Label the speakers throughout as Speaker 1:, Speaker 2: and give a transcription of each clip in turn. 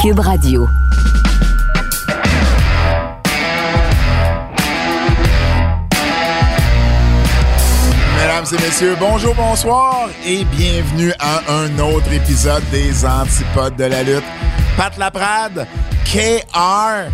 Speaker 1: Cube Radio.
Speaker 2: Mesdames et messieurs, bonjour, bonsoir et bienvenue à un autre épisode des Antipodes de la lutte. Pat Laprade, KR,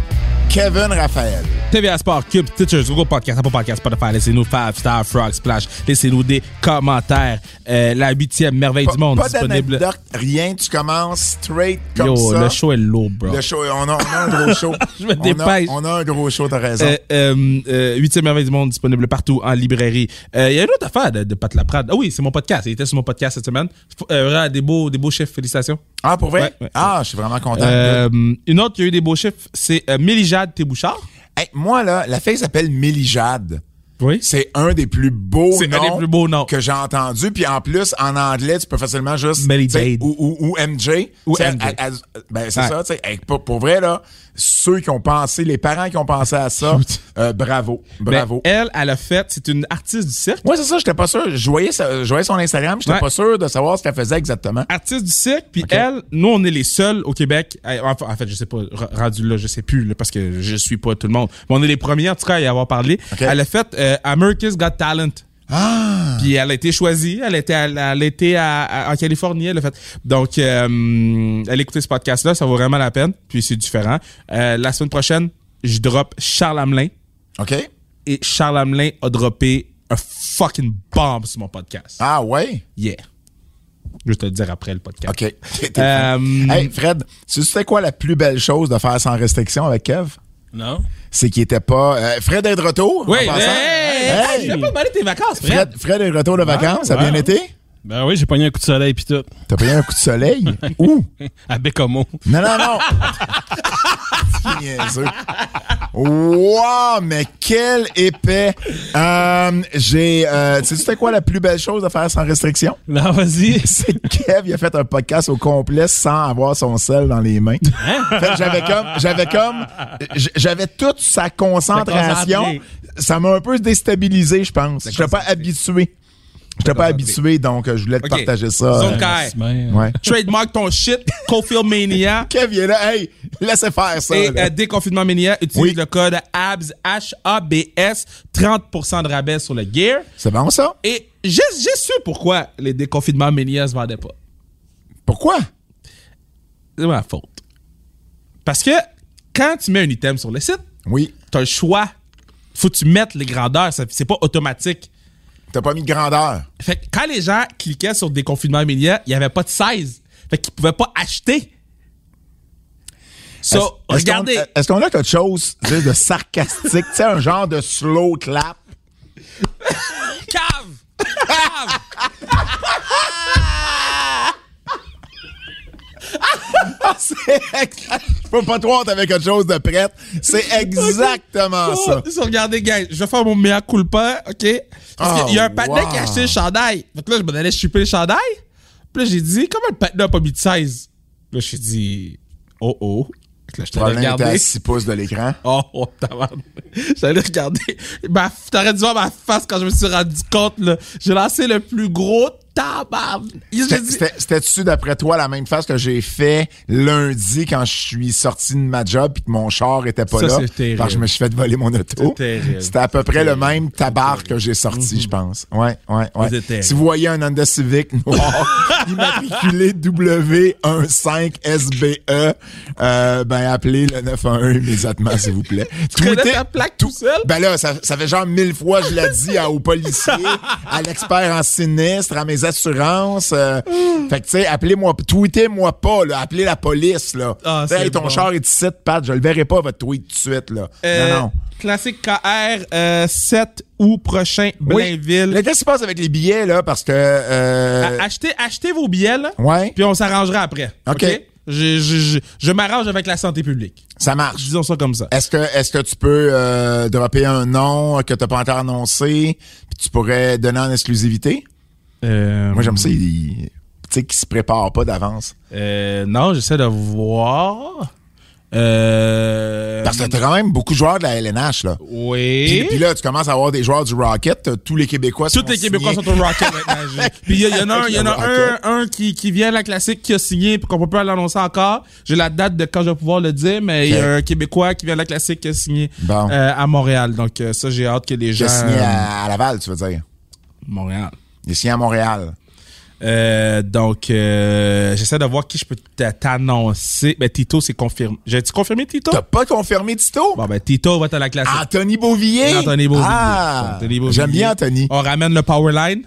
Speaker 2: Kevin Raphaël.
Speaker 3: TVA Sport, Cube, Teachers, Google Podcast, Apple Podcast, Spotify, laissez-nous 5 Star, Frog, Splash, laissez-nous des commentaires. Euh, la huitième merveille
Speaker 2: Pas,
Speaker 3: du monde
Speaker 2: pas
Speaker 3: disponible.
Speaker 2: d'anecdote, rien, tu commences straight comme
Speaker 3: Yo,
Speaker 2: ça.
Speaker 3: le show est lourd, bro.
Speaker 2: Le show, on a, on a un gros show.
Speaker 3: Je me
Speaker 2: on
Speaker 3: dépêche.
Speaker 2: A, on a un gros show, t'as raison.
Speaker 3: Euh, euh, euh, Huitième merveille du monde disponible partout en librairie. Euh, Il y a une autre affaire de, de Pat Laprade. Ah oui, c'est mon podcast. Il était sur mon podcast cette semaine. F- euh, vraiment, des beaux, des beaux chiffres. Félicitations.
Speaker 2: ah, pour vrai?
Speaker 3: ouais, ouais.
Speaker 2: ah, je suis vraiment content.
Speaker 3: Euh, une autre qui a eu des beaux chiffres, c'est euh, Mélijade Tébouchard.
Speaker 2: Hey, moi, là, la fille s'appelle Mélijade.
Speaker 3: Oui.
Speaker 2: C'est un des plus beaux
Speaker 3: C'est un
Speaker 2: noms
Speaker 3: des plus beaux noms.
Speaker 2: que j'ai entendu. Puis en plus, en anglais, tu peux facilement juste.
Speaker 3: Mary
Speaker 2: tu sais,
Speaker 3: Jade.
Speaker 2: Ou, ou- ou MJ.
Speaker 3: Ou
Speaker 2: Tu sais,
Speaker 3: MJ.
Speaker 2: elle- elle- ben, c'est
Speaker 3: Ouais.
Speaker 2: ça, tu sais. Hey, pour, pour vrai, là, ceux qui ont pensé, les parents qui ont pensé à ça, euh, bravo. Bravo.
Speaker 3: Ben, elle, elle a fait, c'est une artiste du cirque.
Speaker 2: Moi, c'est ça, j'étais pas sûr. Je voyais, sa- je voyais son Instagram, j'étais
Speaker 3: Ouais.
Speaker 2: pas sûr de savoir ce qu'elle faisait exactement.
Speaker 3: artiste du cirque, puis elle, nous, on est les seuls au Québec. à- Enfin, en fait, je sais pas, r- rendu là, je sais plus, là, parce que je suis pas tout le monde. Mais on est les premiers, en tout cas, à y avoir parlé.
Speaker 2: Ok.
Speaker 3: Elle a fait euh, America's Got Talent.
Speaker 2: Ah!
Speaker 3: Puis elle a été choisie, elle était, à- elle, a été à- à- en Californie, elle a fait. Donc, euh, elle écouter ce podcast-là, ça vaut vraiment la peine. Puis c'est différent. Euh, la semaine prochaine, je drop Charles Hamelin.
Speaker 2: OK?
Speaker 3: Et Charles Hamelin a droppé un fucking bombe sur mon podcast.
Speaker 2: Ah, ouais?
Speaker 3: Yeah. Je vais te le dire après le podcast.
Speaker 2: OK.
Speaker 3: Euh,
Speaker 2: hey, Fred, tu sais quoi la plus belle chose de faire sans restriction avec Kev?
Speaker 4: Non.
Speaker 2: C'est qu'il était pas. euh, Fred est de retour? en
Speaker 3: Oui,
Speaker 2: passant.
Speaker 3: hey, hey,
Speaker 2: Hey!
Speaker 3: j'ai pas Ah, demandé tes vacances, Fred.
Speaker 2: Fred, Fred est de retour de vacances, ça a bien
Speaker 4: ouais.
Speaker 2: été?
Speaker 4: Ben oui, j'ai pogné un coup de soleil pis tout.
Speaker 2: T'as payé un coup de soleil? Ouh!
Speaker 4: À Bécomo.
Speaker 2: Non, non, non! C'est niaiseux. Wow, mais quel épais! Euh, J'ai. euh, tu sais, c'était quoi la plus belle chose de faire sans restriction?
Speaker 4: Non, vas-y.
Speaker 2: C'est que Kev, il a fait un podcast au complet sans avoir son sel dans les mains.
Speaker 3: hein?
Speaker 2: En fait, j'avais comme, j'avais comme, j- j'avais toute sa concentration.
Speaker 4: Concentré.
Speaker 2: Ça m'a un peu déstabilisé, je pense. Je n'étais pas habitué. Je n'étais pas habitué, donc euh, je voulais te
Speaker 3: Ok.
Speaker 2: partager ça.
Speaker 3: Zone
Speaker 2: Euh,
Speaker 3: Kai.
Speaker 4: Ben,
Speaker 2: Ouais.
Speaker 3: Trademark ton shit, Cofield Mania.
Speaker 2: Kev, il est là. Hey, laissez faire ça.
Speaker 3: Et
Speaker 2: là.
Speaker 3: euh, déconfinement mania, utilise
Speaker 2: Oui.
Speaker 3: le code ABS, H-A-B-S, 30% de rabais sur le gear.
Speaker 2: C'est bon, ça?
Speaker 3: Et j'ai j'ai su pourquoi les déconfinements mania se vendaient pas.
Speaker 2: Pourquoi?
Speaker 3: C'est ma faute. Parce que quand tu mets un item sur le site,
Speaker 2: Oui.
Speaker 3: t'as le choix. Faut que tu mettes les grandeurs, ça- c'est pas automatique.
Speaker 2: T'as pas mis de grandeur.
Speaker 3: Fait que quand les gens cliquaient sur déconfinement média, il n'y avait pas de 16. Fait qu'ils pouvaient pas acheter. So,
Speaker 2: Est-ce- est-ce qu'on-
Speaker 3: Oh,
Speaker 2: euh,
Speaker 3: regardez.
Speaker 2: Est-ce qu'on a quelque chose tu sais, de sarcastique? tu sais, un genre de slow clap?
Speaker 3: Cave! Cave!
Speaker 2: Ah, C'est ex- Je peux pas te voir, t'avais quelque chose de prêt. C'est exactement
Speaker 3: So,
Speaker 2: Ah, ça.
Speaker 3: so, regardez, gang, je vais faire mon meilleur coup pas, OK? Parce
Speaker 2: Oh,
Speaker 3: qu'il y a un patinet
Speaker 2: wow.
Speaker 3: qui a acheté le chandail. Fait que là, je m'en allais choper le chandail. Puis là, j'ai dit, comment le patinet n'a pas mis de 16? Là, j'ai dit, oh oh. Fait que là, je t'allais
Speaker 2: problème était à
Speaker 3: regarder.
Speaker 2: 6 pouces de l'écran.
Speaker 3: Oh, oh tabarnak. J'allais regarder. Ma, t'aurais dû voir ma face quand je me suis rendu compte, là. J'ai lancé le plus gros tabarn. J'ai
Speaker 2: C'était-
Speaker 3: dit,
Speaker 2: c'était- C'était-tu, d'après toi, la même face que j'ai fait lundi quand je suis sorti de ma job et que mon char était pas
Speaker 3: Ça,
Speaker 2: là?
Speaker 3: c'est terrible.
Speaker 2: Parce que je me suis fait voler mon auto.
Speaker 3: C'est terrible. Mhm.
Speaker 2: C'était à peu près le même tabar que j'ai sorti, je pense. Ouais, ouais,
Speaker 3: C'est
Speaker 2: ouais.
Speaker 3: terrible.
Speaker 2: Si vous voyez un Honda Civic noir immatriculé W15SBE, euh, ben appelez le 911 immédiatement, s'il vous plaît.
Speaker 3: connais
Speaker 2: Tweetez-
Speaker 3: ta plaque tout seul?
Speaker 2: Ben là, ça, ça fait genre mille fois que je l'ai dit à- aux policiers, à l'expert en sinistre, à mes assurances. euh, Fait que, tu sais, appelez-moi, tweetez-moi pas, là, appelez la police, là.
Speaker 3: Ah,
Speaker 2: Tu sais,
Speaker 3: c'est
Speaker 2: hey, ton
Speaker 3: bon.
Speaker 2: char est ici, Pat, je le verrai pas, votre tweet tout de suite, là.
Speaker 3: euh,
Speaker 2: non, non.
Speaker 3: Classique KR, euh, 7 août prochain,
Speaker 2: Oui.
Speaker 3: Blainville.
Speaker 2: Là, Qu'est-ce qui se passe avec les billets, là, parce que... euh,
Speaker 3: A- Achetez, achetez vos billets, là.
Speaker 2: Ouais.
Speaker 3: Puis on s'arrangera après.
Speaker 2: OK.
Speaker 3: Je, je, je, je m'arrange avec la santé publique.
Speaker 2: ça marche.
Speaker 3: Disons ça comme ça.
Speaker 2: Est-ce que, est-ce que tu peux euh, dropper un nom que t'as pas encore annoncé, puis tu pourrais donner en exclusivité?
Speaker 3: Euh,
Speaker 2: Moi, j'aime ça, il- tu sais, qui se prépare pas d'avance.
Speaker 3: euh, non, j'essaie de voir. Euh,
Speaker 2: Parce que t'as quand même beaucoup de joueurs de la LNH, là. Puis,
Speaker 3: oui.
Speaker 2: puis là, tu commences à avoir des joueurs du Rocket. T'as Tous les Québécois
Speaker 3: Tous les Québécois sont au Rocket maintenant. je- Puis il y, a- il y en a un, il y en a un, un qui, qui vient à la classique qui a signé puis qu'on peut pas l'annoncer encore. J'ai la date de quand je vais pouvoir le dire, mais il y
Speaker 2: Ok.
Speaker 3: a un Québécois qui vient à la classique qui a signé
Speaker 2: Bon.
Speaker 3: euh, à Montréal. Donc euh, ça, j'ai hâte que les
Speaker 2: J'ai
Speaker 3: gens.
Speaker 2: signé à, à Laval, tu veux dire.
Speaker 3: Montréal.
Speaker 2: J'ai signé à Montréal.
Speaker 3: Euh, donc euh, j'essaie de voir qui je peux t- t'annoncer. Ben Tito, c'est confirmé. J'ai-tu confirmé Tito?
Speaker 2: T'as pas confirmé Tito?
Speaker 3: Bon ben Tito va être à la classique.
Speaker 2: Anthony Beauvillier.
Speaker 3: Anthony Beauvillier.
Speaker 2: Ah!
Speaker 3: Anthony Beauvillier. Oh.
Speaker 2: J'aime bien Anthony.
Speaker 3: On ramène le power line.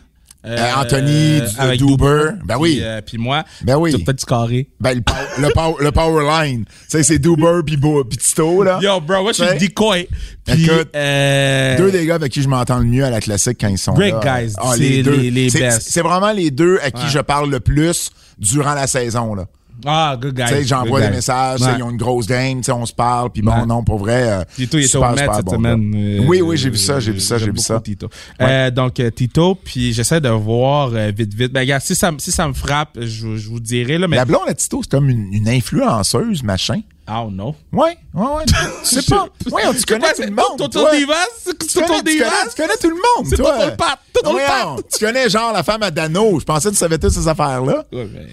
Speaker 3: Euh,
Speaker 2: Euh, Anthony
Speaker 3: euh,
Speaker 2: du-
Speaker 3: avec
Speaker 2: Duber.
Speaker 3: Duber,
Speaker 2: Ben oui.
Speaker 3: Puis, euh, puis moi.
Speaker 2: Ben oui.
Speaker 3: Tu vas peut-être scorer.
Speaker 2: Ben, le, pow- le, pow- le power line. Tu sais, c'est Duber pis, Bo- pis Tito, là.
Speaker 3: Yo, bro, moi, je
Speaker 2: Ouais.
Speaker 3: suis decoy. Puis,
Speaker 2: Écoute,
Speaker 3: euh,
Speaker 2: Deux des gars avec qui je m'entends le mieux à la classique quand ils sont
Speaker 3: Great
Speaker 2: là.
Speaker 3: guys,
Speaker 2: Ah,
Speaker 3: c'est
Speaker 2: deux.
Speaker 3: les- les
Speaker 2: C'est-
Speaker 3: best.
Speaker 2: C'est vraiment les deux à qui je parle le plus durant la saison, là.
Speaker 3: Ah, good guys.
Speaker 2: Tu sais, j'envoie
Speaker 3: good
Speaker 2: des
Speaker 3: guys.
Speaker 2: messages, tu sais,
Speaker 3: Ouais.
Speaker 2: ils ont une grosse game, tu sais, on se parle, puis bon,
Speaker 3: Ouais.
Speaker 2: non, pour vrai, euh,
Speaker 3: Tito, il était au
Speaker 2: super,
Speaker 3: Met
Speaker 2: super
Speaker 3: cette
Speaker 2: bon
Speaker 3: semaine.
Speaker 2: gars.
Speaker 3: Euh,
Speaker 2: oui, oui, j'ai vu ça, j'ai vu ça, j'ai
Speaker 3: j'aime
Speaker 2: vu ça.
Speaker 3: beaucoup Tito. Euh, donc, euh, Tito, puis j'essaie de voir euh, vite, vite. Ben, regarde, si ça, me- si ça me frappe, je, vous- je vous dirai, là, mais...
Speaker 2: La blonde à Tito, c'est comme une, une influenceuse, machin.
Speaker 3: Oh, non.
Speaker 2: Ouais, ouais, ouais. Je sais pas. Ouais, on- tu connais tout le monde.
Speaker 3: Toto
Speaker 2: toi.
Speaker 3: Divas? C'est
Speaker 2: Tu
Speaker 3: Toto
Speaker 2: connais, tu,
Speaker 3: Divas?
Speaker 2: connais, tu connais tout le monde,
Speaker 3: C'est
Speaker 2: toi.
Speaker 3: Toto le pape, Toto le
Speaker 2: Voyons,
Speaker 3: pape.
Speaker 2: Tu connais genre la femme à Dano. Je pensais que tu savais toutes ces affaires-là.
Speaker 3: Ouais, ben,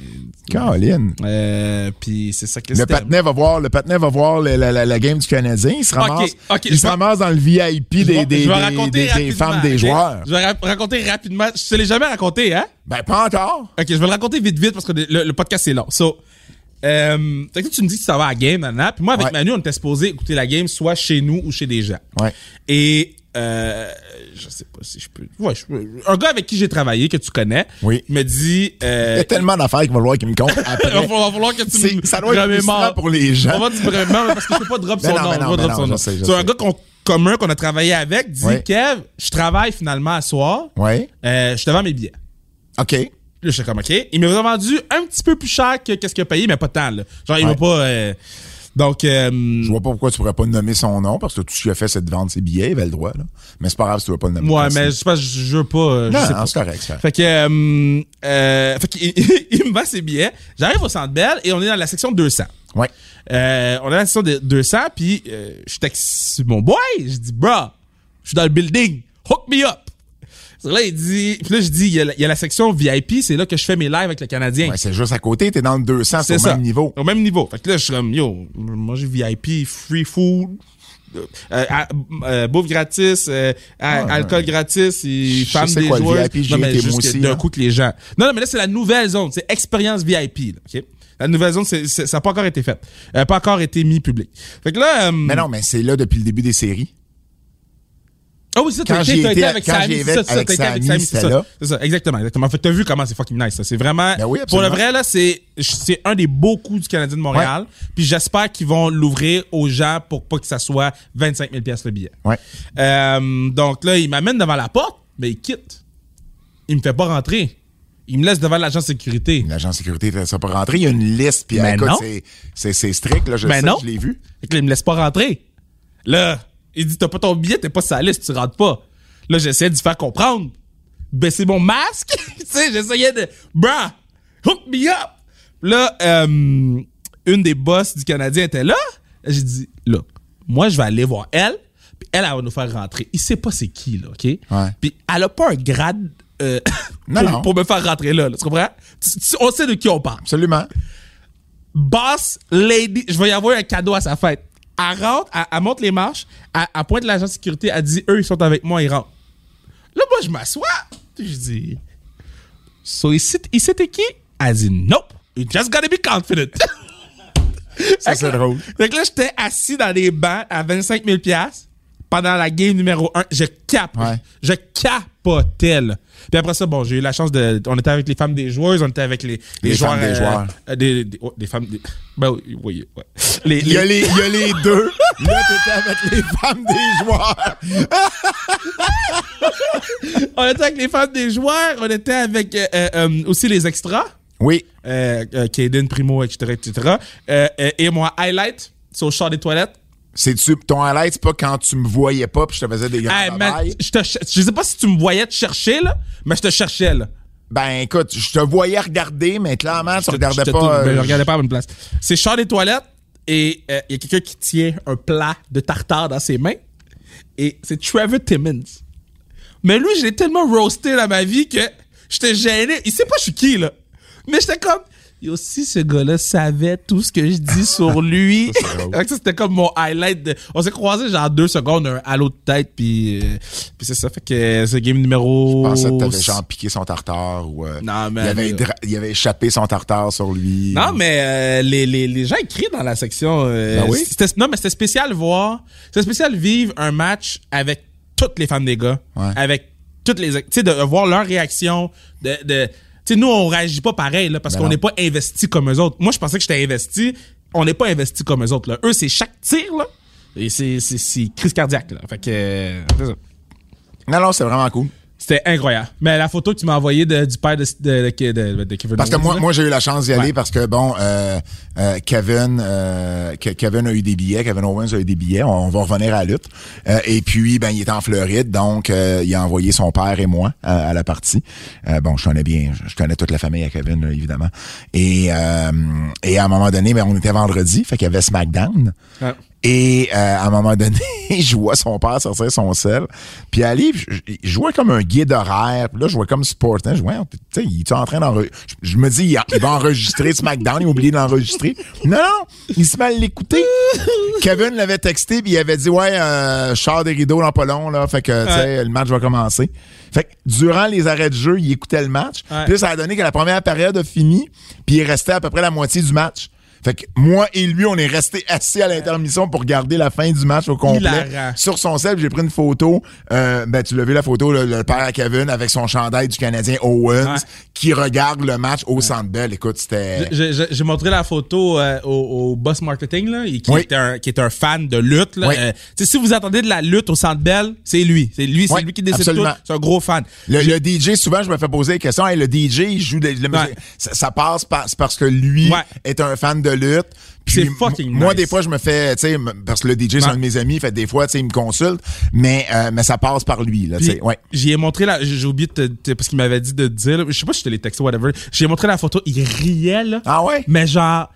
Speaker 2: Caroline.
Speaker 3: euh, puis c'est ça que
Speaker 2: Le
Speaker 3: c'était.
Speaker 2: patinet va voir, le patinet va voir le- la, la- la game du Canadien. Il se ramasse,
Speaker 3: ok,
Speaker 2: il
Speaker 3: je
Speaker 2: se
Speaker 3: vais-
Speaker 2: ramasse dans le VIP
Speaker 3: Je vais-
Speaker 2: des, des,
Speaker 3: je vais
Speaker 2: des-
Speaker 3: raconter
Speaker 2: des- des
Speaker 3: rapidement,
Speaker 2: femmes des
Speaker 3: ok?
Speaker 2: joueurs.
Speaker 3: Je vais ra- raconter rapidement. Je te l'ai jamais raconté, hein?
Speaker 2: Ben, pas encore.
Speaker 3: Ok, je vais le raconter vite, vite, parce que le, le podcast, c'est long. So, euh, fait que tu me dis que ça va à la game, nanana. Puis moi, avec
Speaker 2: Ouais.
Speaker 3: Manu, on était supposé écouter la game soit chez nous ou chez des gens.
Speaker 2: Ouais.
Speaker 3: Et, euh, je sais pas si je peux... Ouais, je peux- Un gars avec qui j'ai travaillé, que tu connais,
Speaker 2: Oui.
Speaker 3: me dit...
Speaker 2: Il y
Speaker 3: Euh,
Speaker 2: a tellement d'affaires qu'il va falloir qu'il me compte après.
Speaker 3: il va falloir- falloir que tu
Speaker 2: C'est-
Speaker 3: me
Speaker 2: ça doit être
Speaker 3: remémores.
Speaker 2: frustrant pour les gens.
Speaker 3: On va te remémores parce que je peux pas drop
Speaker 2: Mais
Speaker 3: son
Speaker 2: non,
Speaker 3: nom.
Speaker 2: mais
Speaker 3: on va
Speaker 2: non, mais
Speaker 3: drop
Speaker 2: non,
Speaker 3: son
Speaker 2: je
Speaker 3: nom.
Speaker 2: sais, je
Speaker 3: C'est un
Speaker 2: sais.
Speaker 3: gars qu'on commun qu'on a travaillé avec dit
Speaker 2: Ouais.
Speaker 3: Kev, je travaille finalement à soir.
Speaker 2: Ouais.
Speaker 3: Euh, je te vends mes billets.
Speaker 2: OK.
Speaker 3: Là, j'étais comme, OK. Il m'a vendu un petit peu plus cher que qu'est-ce qu'il a payé, mais pas tant, là. Genre, il
Speaker 2: Ouais.
Speaker 3: m'a pas, euh, donc, euh,
Speaker 2: Je vois pas pourquoi tu pourrais pas nommer son nom, parce que tout ce qu'il a fait, c'est de vendre ses billets, il avait le droit, là. Mais c'est pas grave si tu veux pas le nommer.
Speaker 3: ouais,
Speaker 2: Merci.
Speaker 3: mais je sais pas, je je veux pas, euh, je
Speaker 2: Non,
Speaker 3: sais
Speaker 2: non,
Speaker 3: pas.
Speaker 2: c'est correct, ça.
Speaker 3: Fait que, euh, euh, fait qu'il- il me vend ses billets. J'arrive au centre Bell et on est dans la section 200.
Speaker 2: Ouais.
Speaker 3: Euh, on est dans la session de 200, puis euh, je texte mon boy. Je dis, bro, je suis dans le building. Hook me up. Fait que Là, il dit, puis là, je dis, il y, a la, il y a la section VIP, c'est là que je fais mes lives avec le Canadien.
Speaker 2: Ouais, c'est juste à côté, t'es dans le 200, c'est
Speaker 3: c'est
Speaker 2: au
Speaker 3: ça.
Speaker 2: même niveau.
Speaker 3: Au même niveau. Fait que là, je suis comme, yo, manger VIP, free food. euh, euh, à- euh, bouffe gratis, euh, à-
Speaker 2: Ouais,
Speaker 3: alcool gratis, et
Speaker 2: Je
Speaker 3: femme
Speaker 2: sais
Speaker 3: des
Speaker 2: quoi, le
Speaker 3: joueurs.
Speaker 2: VIP, j'y
Speaker 3: non,
Speaker 2: ai
Speaker 3: mais
Speaker 2: été, moi
Speaker 3: juste que
Speaker 2: aussi, hein. là.
Speaker 3: d'un coup que les gens. Non, non, mais là, c'est la nouvelle zone. C'est expérience VIP, là, OK? La nouvelle zone, c'est- c'est- ça n'a pas encore été faite. Euh, pas encore été mis public. Fait que là, euh,
Speaker 2: Mais non, mais c'est là depuis le début des séries.
Speaker 3: Ah oui, c'est ça,
Speaker 2: Quand
Speaker 3: t'as
Speaker 2: j'y
Speaker 3: été, t'as
Speaker 2: étais-
Speaker 3: été avec
Speaker 2: quand
Speaker 3: Samy,
Speaker 2: j'y
Speaker 3: c'est
Speaker 2: vais
Speaker 3: ça, c'est ça,
Speaker 2: avec
Speaker 3: t'as été avec
Speaker 2: Samy,
Speaker 3: Samy, c'est
Speaker 2: c'était là.
Speaker 3: ça. C'est ça, exactement, exactement. Fait que t'as vu comment c'est fucking nice, ça. C'est vraiment,
Speaker 2: Ben oui,
Speaker 3: pour
Speaker 2: absolument.
Speaker 3: le vrai, là, c'est, c'est un des beaux coups du Canadien de Montréal. Puis j'espère qu'ils vont l'ouvrir aux gens pour pas que ça soit 25 000 piastres le billet.
Speaker 2: Ouais.
Speaker 3: Euh, donc là, il m'amène devant la porte, mais il quitte. Il me fait pas rentrer. Il me laisse devant l'agent de sécurité.
Speaker 2: L'agent de sécurité ne ça pas rentrer. Il y a une liste, puis
Speaker 3: Mais
Speaker 2: écoute,
Speaker 3: non.
Speaker 2: c'est- c'est c'est strict, là, je
Speaker 3: Ben
Speaker 2: sais,
Speaker 3: non.
Speaker 2: je l'ai vu.
Speaker 3: Fait que là, il me laisse pas rentrer. Là, il dit, t'as pas ton billet, t'es pas sur la liste, tu rentres pas. Là, j'essayais de lui faire comprendre. Baisser mon masque. tu sais, j'essayais de, bruh, hook me up. Là, euh, une des bosses du Canadien était là. J'ai dit, là, moi, je vais aller voir elle. Puis elle, elle va nous faire rentrer. Il sait pas c'est qui, là, OK?
Speaker 2: Ouais.
Speaker 3: Puis elle a pas un grade euh,
Speaker 2: Non,
Speaker 3: pour,
Speaker 2: non.
Speaker 3: pour me faire rentrer là, là, tu comprends? Tu- tu- on sait de qui on parle.
Speaker 2: Absolument.
Speaker 3: Boss Lady, je vais y avoir un cadeau à sa fête. Elle rentre, elle, elle monte les marches, elle, elle pointe l'agent de sécurité, elle dit Eux, ils sont avec moi, ils rentrent. Là, moi, je m'assois, puis je dis So, ici, ici t'es qui Elle dit Nope, you just gotta be confident.
Speaker 2: Ça, c'est drôle.
Speaker 3: Donc là, j'étais assis dans les bancs à 25 000 pendant la game numéro 1. Je cap,
Speaker 2: Ouais.
Speaker 3: Je capotais, là. Puis après ça, bon, j'ai eu la chance de... On était avec les femmes des joueuses, on était avec les, les,
Speaker 2: Les
Speaker 3: joueurs...
Speaker 2: femmes des
Speaker 3: euh,
Speaker 2: joueurs.
Speaker 3: euh, des, des- oh, des femmes... Des, ben oui, oui, ouais. Les,
Speaker 2: Il y a
Speaker 3: les-
Speaker 2: les, il y a les deux. Là, t'étais avec les femmes des joueurs.
Speaker 3: on était avec les femmes des joueurs, on était avec euh, euh, euh, aussi les extras,
Speaker 2: Oui.
Speaker 3: euh, euh, Kaden, Primo, etc., etc. Euh, euh, et mon highlight, c'est au char des toilettes.
Speaker 2: C'est-tu, ton highlight, c'est pas quand tu me voyais pas puis je te faisais des grands
Speaker 3: Hey, man,
Speaker 2: travails.
Speaker 3: je, te, cher- je sais pas si tu me voyais te chercher, là, mais je te cherchais, là.
Speaker 2: Ben, écoute, je te voyais regarder, mais clairement, tu regardais
Speaker 3: Je te-
Speaker 2: pas.
Speaker 3: ben,
Speaker 2: euh,
Speaker 3: je regardais pas à la bonne place. C'est char des toilettes. Et euh, il y a quelqu'un qui tient un plat de tartare dans ses mains. Et c'est Trevor Timmons. Mais lui, je l'ai tellement roasté dans ma vie que j'étais gêné. Il sait pas je suis qui, là. Mais j'étais comme... Yo, si ce gars-là savait tout ce que je dis sur lui... Fait que ça, c'était comme mon highlight. de- On s'est croisés genre deux secondes, un halo de tête, puis... euh, puis c'est ça, fait que euh, c'est game numéro...
Speaker 2: Je pensais que t'avais genre piqué son tartare ou euh,
Speaker 3: Non, mais-
Speaker 2: il, avait dra- il avait échappé son tartare sur lui.
Speaker 3: Non, mais euh, les, les, les gens écrivent dans la section. euh,
Speaker 2: Ben oui.
Speaker 3: c'était- non, mais c'était spécial voir. C'était spécial vivre un match avec toutes les femmes des gars.
Speaker 2: Ouais.
Speaker 3: Avec toutes les. Tu sais, de voir leur réaction. De, de, tu sais, nous, on réagit pas pareil, là, parce
Speaker 2: Ben
Speaker 3: qu'on
Speaker 2: non.
Speaker 3: n'est pas investi comme eux autres. Moi, je pensais que j'étais investi. On n'est pas investi comme eux autres, là. Eux, c'est chaque tir, là. Et c'est, c'est, c'est crise cardiaque, là. Fait que. euh, c'est ça.
Speaker 2: Non, non, c'est vraiment cool.
Speaker 3: C'était incroyable. Mais la photo que tu m'as envoyée de- du père de, de, de, de- de Kevin
Speaker 2: Parce que
Speaker 3: Owens,
Speaker 2: moi,
Speaker 3: là.
Speaker 2: moi j'ai eu la chance d'y aller parce que, bon, euh, euh, Kevin, euh, Ke- Kevin a eu des billets, Kevin Owens a eu des billets, on, on va revenir à la lutte. Euh, et puis, ben, il est en Floride, donc euh, il a envoyé son père et moi euh, à la partie. Euh, bon, je connais bien, je- je connais toute la famille à Kevin, là, évidemment. Et, euh, et à un moment donné, ben, on était vendredi, fait qu'il y avait SmackDown.
Speaker 3: Ouais.
Speaker 2: Et euh, à un moment donné, je vois son père sortir son sel. Puis aller, je, je- je vois comme un guide horaire. Puis là, je vois comme sport. hein. Je vois, tu sais, il est en train d'enregistrer. Je, je me dis, il, il va enregistrer SmackDown. Il a oublié d'enregistrer. Non, non, il se mal l'écouter. Kevin l'avait texté, puis il avait dit, ouais, euh, je sors des rideaux dans pas long, là. Fait que, tu sais, le match va commencer. Fait que, durant les arrêts de jeu, il écoutait le match.
Speaker 3: Ouais.
Speaker 2: Puis là, ça a donné que la première période a fini, puis il restait à peu près la moitié du match. Fait que moi et lui, on est restés assis à l'intermission pour garder la fin du match au complet.
Speaker 3: Hilarant.
Speaker 2: Sur son sel, j'ai pris une photo. Euh, ben, tu l'as vu la photo, le, le père à Kevin avec son chandail du Canadien Owens
Speaker 3: Ouais.
Speaker 2: qui regarde le match au Centre Bell. Écoute, c'était...
Speaker 3: Je- je- J'ai montré la photo euh, au, au boss marketing là, et qui,
Speaker 2: Oui.
Speaker 3: est un, qui est un fan de lutte. Là.
Speaker 2: Oui.
Speaker 3: Euh, tu sais, si vous attendez de la lutte au Centre Bell, c'est lui. C'est lui, c'est
Speaker 2: Oui,
Speaker 3: lui qui décide
Speaker 2: absolument.
Speaker 3: tout. C'est un gros fan.
Speaker 2: Le, le DJ, souvent, je me fais poser la question, Hey, le DJ, il joue de la musique.
Speaker 3: Ouais.
Speaker 2: Ça, ça passe par- c'est parce que lui
Speaker 3: Ouais.
Speaker 2: est un fan de lutte. Puis
Speaker 3: C'est fucking
Speaker 2: m- Moi,
Speaker 3: nice.
Speaker 2: des fois, je me fais, tu sais, m- parce que le DJ, c'est
Speaker 3: Ouais.
Speaker 2: un de mes amis, fait que des fois, tu sais, il me consulte, mais, euh, mais ça passe par lui, là, tu
Speaker 3: Puis,
Speaker 2: sais. Ouais.
Speaker 3: J'y ai montré la. J'ai j'ai oublié de te- te- parce qu'il m'avait dit de te dire. là, je sais pas si je te l'ai texté, whatever. J'ai montré la photo. Il riait là.
Speaker 2: Ah ouais?
Speaker 3: Mais genre.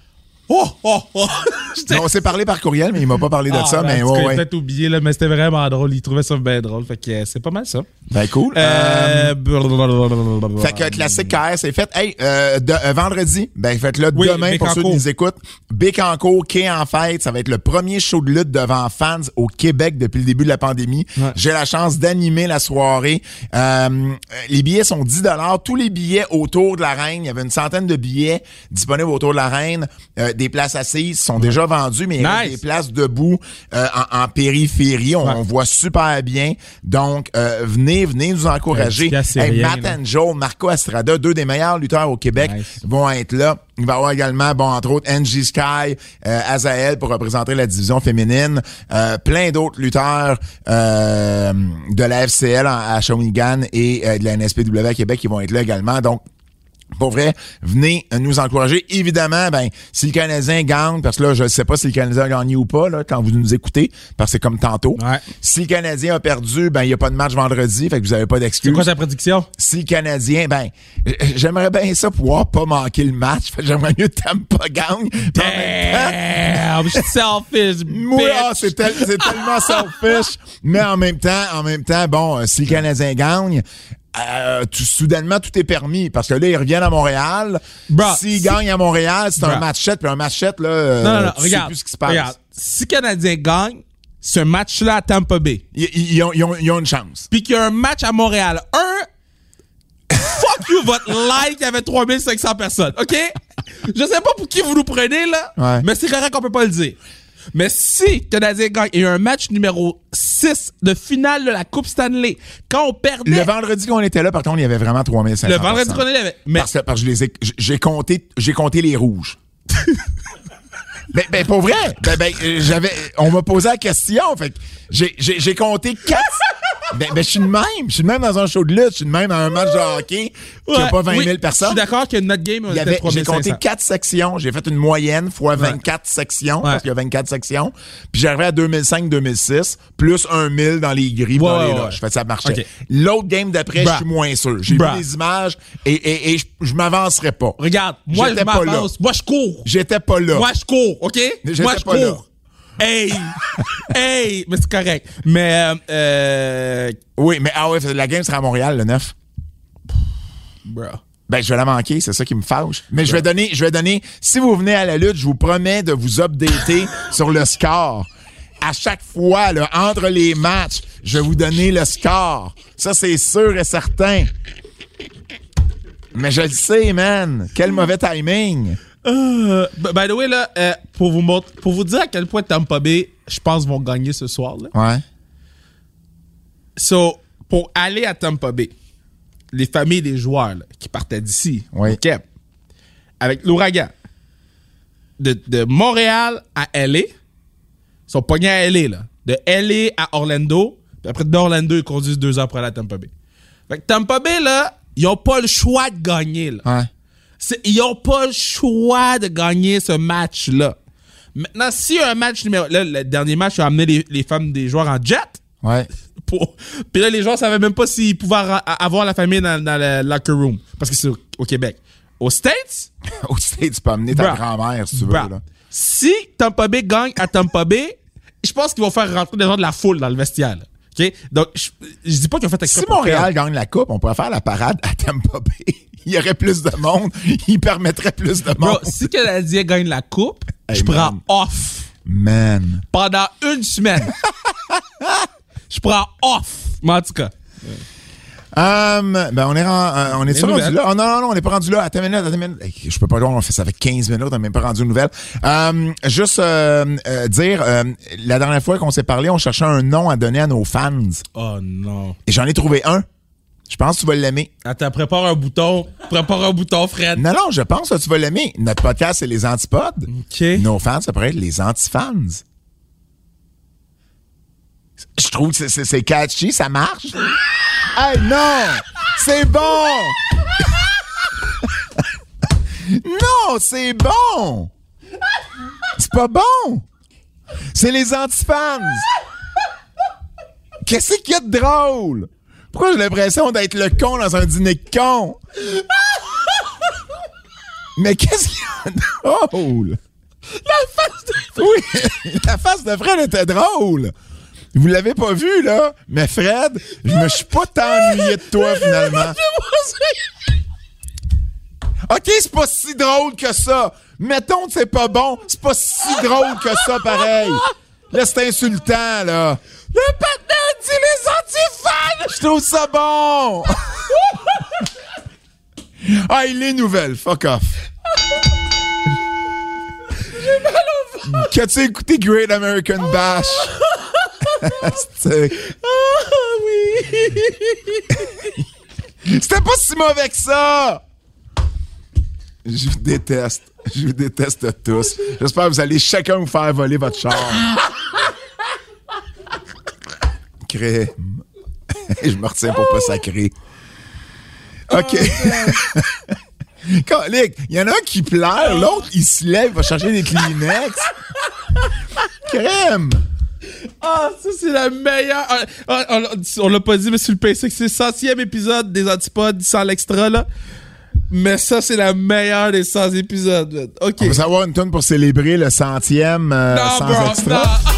Speaker 3: Oh, oh, oh! J'étais-
Speaker 2: Non, on s'est parlé par courriel, mais il m'a pas parlé de
Speaker 3: Ah,
Speaker 2: ça,
Speaker 3: ben,
Speaker 2: mais
Speaker 3: en tout cas,
Speaker 2: ouais,
Speaker 3: il a
Speaker 2: ouais.
Speaker 3: peut-être oublié, là, mais c'était vraiment drôle. Il trouvait ça bien drôle. Fait que euh, c'est pas mal ça.
Speaker 2: Ben, cool. Euh,
Speaker 3: Euh,
Speaker 2: Fait que classique KR, c'est fait. Hey, euh, de- euh, vendredi, ben faites-le
Speaker 3: Oui,
Speaker 2: demain pour ceux qui
Speaker 3: Bécancour.
Speaker 2: nous écoutent. Bécancourt, Quai en fête, ça va être le premier show de lutte devant fans au Québec depuis le début de la pandémie.
Speaker 3: Ouais.
Speaker 2: J'ai la chance d'animer la soirée. Euh, euh, les billets sont 10 Tous les billets autour de la reine, il y avait une centaine de billets disponibles autour de la reine. Euh, des places assises sont déjà vendues, mais il reste
Speaker 3: Nice.
Speaker 2: des places debout euh, en, en périphérie. On,
Speaker 3: Ouais.
Speaker 2: on voit super bien. Donc, euh, venez, venez nous encourager.
Speaker 3: Efficace, c'est
Speaker 2: Hey,
Speaker 3: rien,
Speaker 2: Matt
Speaker 3: là.
Speaker 2: and Joel, Marco Estrada, deux des meilleurs lutteurs au Québec,
Speaker 3: Nice.
Speaker 2: vont être là. Il va y avoir également, bon, entre autres, NG Sky, euh, Azael pour représenter la division féminine, euh, plein d'autres lutteurs euh, de la FCL en- à Shawinigan et euh, de la NSPW à Québec qui vont être là également. Donc, pour vrai, venez nous encourager. Évidemment, ben, si le Canadien gagne, parce que là, je ne sais pas si le Canadien a gagné ou pas, là, quand vous nous écoutez, parce que c'est comme tantôt.
Speaker 3: Ouais.
Speaker 2: Si le Canadien a perdu, ben, il n'y a pas de match vendredi, fait que vous n'avez pas
Speaker 3: C'est
Speaker 2: d'excuse
Speaker 3: quoi ta prédiction?
Speaker 2: si le Canadien, ben, euh, j'aimerais bien ça pouvoir pas manquer le match. Fait que J'aimerais mieux que Tampa gagne. Mais en même temps,
Speaker 3: Damn, je suis selfish,
Speaker 2: moi, ah,
Speaker 3: bitch.
Speaker 2: c'est tel- c'est tellement selfish. Mais en même temps, en même temps, bon, euh, si le Canadien gagne, euh, tout- soudainement, tout est permis. Parce que là, ils reviennent à Montréal.
Speaker 3: Bruh,
Speaker 2: S'ils
Speaker 3: si-
Speaker 2: gagnent à Montréal, c'est un
Speaker 3: Bruh.
Speaker 2: match-up. Puis un match-up, là, euh,
Speaker 3: Non, non, non,
Speaker 2: tu sais
Speaker 3: regarde.
Speaker 2: plus ce qui se passe.
Speaker 3: Regarde, si le Canadien gagne ce match-là à Tampa Bay,
Speaker 2: Ils, ils- ils ont, ils ont- ils ont une chance.
Speaker 3: puis qu'il y a un match à Montréal, un, fuck you, votre like avait 3500 personnes, OK? Je sais pas pour qui vous nous prenez, là,
Speaker 2: Ouais.
Speaker 3: mais c'est correct qu'on peut pas le dire. Mais si le Canadien gagne, il y a un match numéro 6 de finale de la Coupe Stanley. Quand on
Speaker 2: Le
Speaker 3: perdait...
Speaker 2: vendredi qu'on était là, par contre, il y avait vraiment 3500.
Speaker 3: Le vendredi qu'on est là, mais
Speaker 2: Parce que, parce que je les ai- j- j'ai compté, j'ai compté les rouges. ben, ben, pour vrai, ben, ben, euh, j'avais, on m'a posé la question, fait que j'ai- j'ai j'ai compté quatre, Ben, ben, je suis de même. Je suis de même dans un show de lutte. Je suis de même dans un match de hockey qui a
Speaker 3: Ouais,
Speaker 2: pas 20 000
Speaker 3: oui, Je
Speaker 2: personnes.
Speaker 3: suis d'accord que notre game, on
Speaker 2: Il y
Speaker 3: était
Speaker 2: avait- J'ai
Speaker 3: 3500.
Speaker 2: compté quatre sections. J'ai fait une moyenne fois 24 sections, parce
Speaker 3: Ouais.
Speaker 2: qu'il y a 24 sections. Puis j'arrivais à 2005-2006, plus 1000 dans les grilles,
Speaker 3: Ouais,
Speaker 2: dans les
Speaker 3: ouais,
Speaker 2: loges.
Speaker 3: ouais.
Speaker 2: Fait que ça marchait.
Speaker 3: Ok.
Speaker 2: L'autre game d'après, je
Speaker 3: Bruh.
Speaker 2: suis moins sûr. J'ai vu
Speaker 3: Bruh.
Speaker 2: les images et, et- et je- je m'avancerai pas.
Speaker 3: Regarde, moi, je
Speaker 2: J'étais pas là.
Speaker 3: m'avance. Moi, je cours.
Speaker 2: J'étais pas là.
Speaker 3: Moi, je cours, OK?
Speaker 2: J'étais
Speaker 3: Moi, je
Speaker 2: pas là.
Speaker 3: cours. Hey! hey! Mais c'est correct. Mais, euh, euh,
Speaker 2: Oui, mais ah ouais, la game sera à Montréal le 9.
Speaker 3: bro.
Speaker 2: Ben, je vais la manquer, c'est ça qui me fâche. Mais je vais donner, je vais donner, si vous venez à la lutte, je vous promets de vous updater sur le score. À chaque fois, là, entre les matchs, je vais vous donner le score. Ça, c'est sûr et certain. Mais je le sais, man. Quel mauvais timing.
Speaker 3: Euh, b- by the way, là, euh, pour, vous montrer, pour vous dire à quel point Tampa Bay, je pense, vont gagner ce soir, là.
Speaker 2: Ouais.
Speaker 3: So, pour aller à Tampa Bay, les familles des joueurs là, qui partaient d'ici,
Speaker 2: Oui.
Speaker 3: au Cap, avec l'ouragan, de, de Montréal à LA, ils sont pognés à LA. Là. De LA à Orlando, puis après d'Orlando, ils conduisent deux heures pour aller à Tampa Bay. Fait que Tampa Bay, là, ils n'ont pas le choix de gagner. Là.
Speaker 2: Ouais.
Speaker 3: C'est- Ils n'ont pas le choix de gagner ce match-là. Maintenant, si un match numéro. Là, le dernier match, ils ont amené les, les femmes des joueurs en jet
Speaker 2: Ouais.
Speaker 3: pour- Puis là, les gens savaient même pas s'ils pouvaient ra- a- avoir la famille dans, dans le locker room. Parce que c'est au, au Québec. Aux States,
Speaker 2: Au stade, tu peux amener ta
Speaker 3: Bruh.
Speaker 2: grand-mère, si tu veux,
Speaker 3: bah,
Speaker 2: là.
Speaker 3: si Tampa Bay gagne à Tampa Bay, je pense qu'ils vont faire rentrer des gens de la foule dans le vestiaire. là. OK? Donc, je, je dis pas qu'ils ont fait exprès
Speaker 2: Si
Speaker 3: pour
Speaker 2: Montréal
Speaker 3: perdre.
Speaker 2: gagne la coupe, on pourrait faire la parade à Tampa Bay. Il y aurait plus de monde. Il permettrait plus de
Speaker 3: Bro,
Speaker 2: monde.
Speaker 3: si les Canadiens gagnent la coupe,
Speaker 2: Hey,
Speaker 3: je prends
Speaker 2: man.
Speaker 3: off.
Speaker 2: Man.
Speaker 3: pendant une semaine. je prends off. Mais en tout cas,
Speaker 2: Hum, ben on est, ren- euh, on est
Speaker 3: Les
Speaker 2: rendu
Speaker 3: nouvelles.
Speaker 2: là. Oh, non, non, non, on n'est pas rendu là. Attends une minute, attends une minute. Hey, Je peux pas le voir, on fait ça avec 15 minutes, on n'est même pas rendu une nouvelle. Hum, juste euh, euh, dire, euh, la dernière fois qu'on s'est parlé, on cherchait un nom à donner à nos fans.
Speaker 3: oh non.
Speaker 2: Et j'en ai trouvé un. Je pense que tu vas l'aimer.
Speaker 3: Attends, prépare un bouton. Prépare un bouton, Fred.
Speaker 2: Non, non, je pense que tu vas l'aimer. Notre podcast, c'est les antipodes.
Speaker 3: OK.
Speaker 2: Nos fans, ça pourrait être les anti-fans. Je trouve que c'est- c'est c'est catchy, ça marche. hey, non! C'est bon! non, c'est bon! C'est pas bon! C'est les anti-fans! Qu'est-ce qu'il y a de drôle? Pourquoi j'ai l'impression d'être le con dans un dîner de con? Mais qu'est-ce qu'il y a de drôle? Oui, la face de Fred était drôle. Vous l'avez pas vu, là. Mais Fred, je me suis pas tant ennuyé de toi, finalement. OK, c'est pas si drôle que ça. Mettons que c'est pas bon, c'est pas si drôle que ça, pareil. Là, c'est insultant, là. Le patin dit les antifans! Je trouve ça bon! ah, il est nouvelle, fuck off. Qu'as-tu écouté Great American Bash? C'était
Speaker 3: Ah oui.
Speaker 2: c'était pas si mauvais que ça! Je vous déteste. Je vous déteste tous. J'espère que vous allez chacun vous faire voler votre char. Crème. Je me retiens pour pas sacrer.
Speaker 3: Oh,
Speaker 2: OK. Colique, il y en a un qui pleure, l'autre, il se lève, va chercher des Kleenex. Crème!
Speaker 3: Ah, ça, c'est la meilleure. Ah, ah, on l'a- on l'a pas dit, mais sur le PC, c'est le centième épisode des Antipodes sans l'extra, là. Mais ça, c'est la meilleure des 100 épisodes. man. OK.
Speaker 2: On va savoir une tonne pour célébrer le centième euh,
Speaker 3: Non,
Speaker 2: sans
Speaker 3: bro,
Speaker 2: extra.
Speaker 3: non.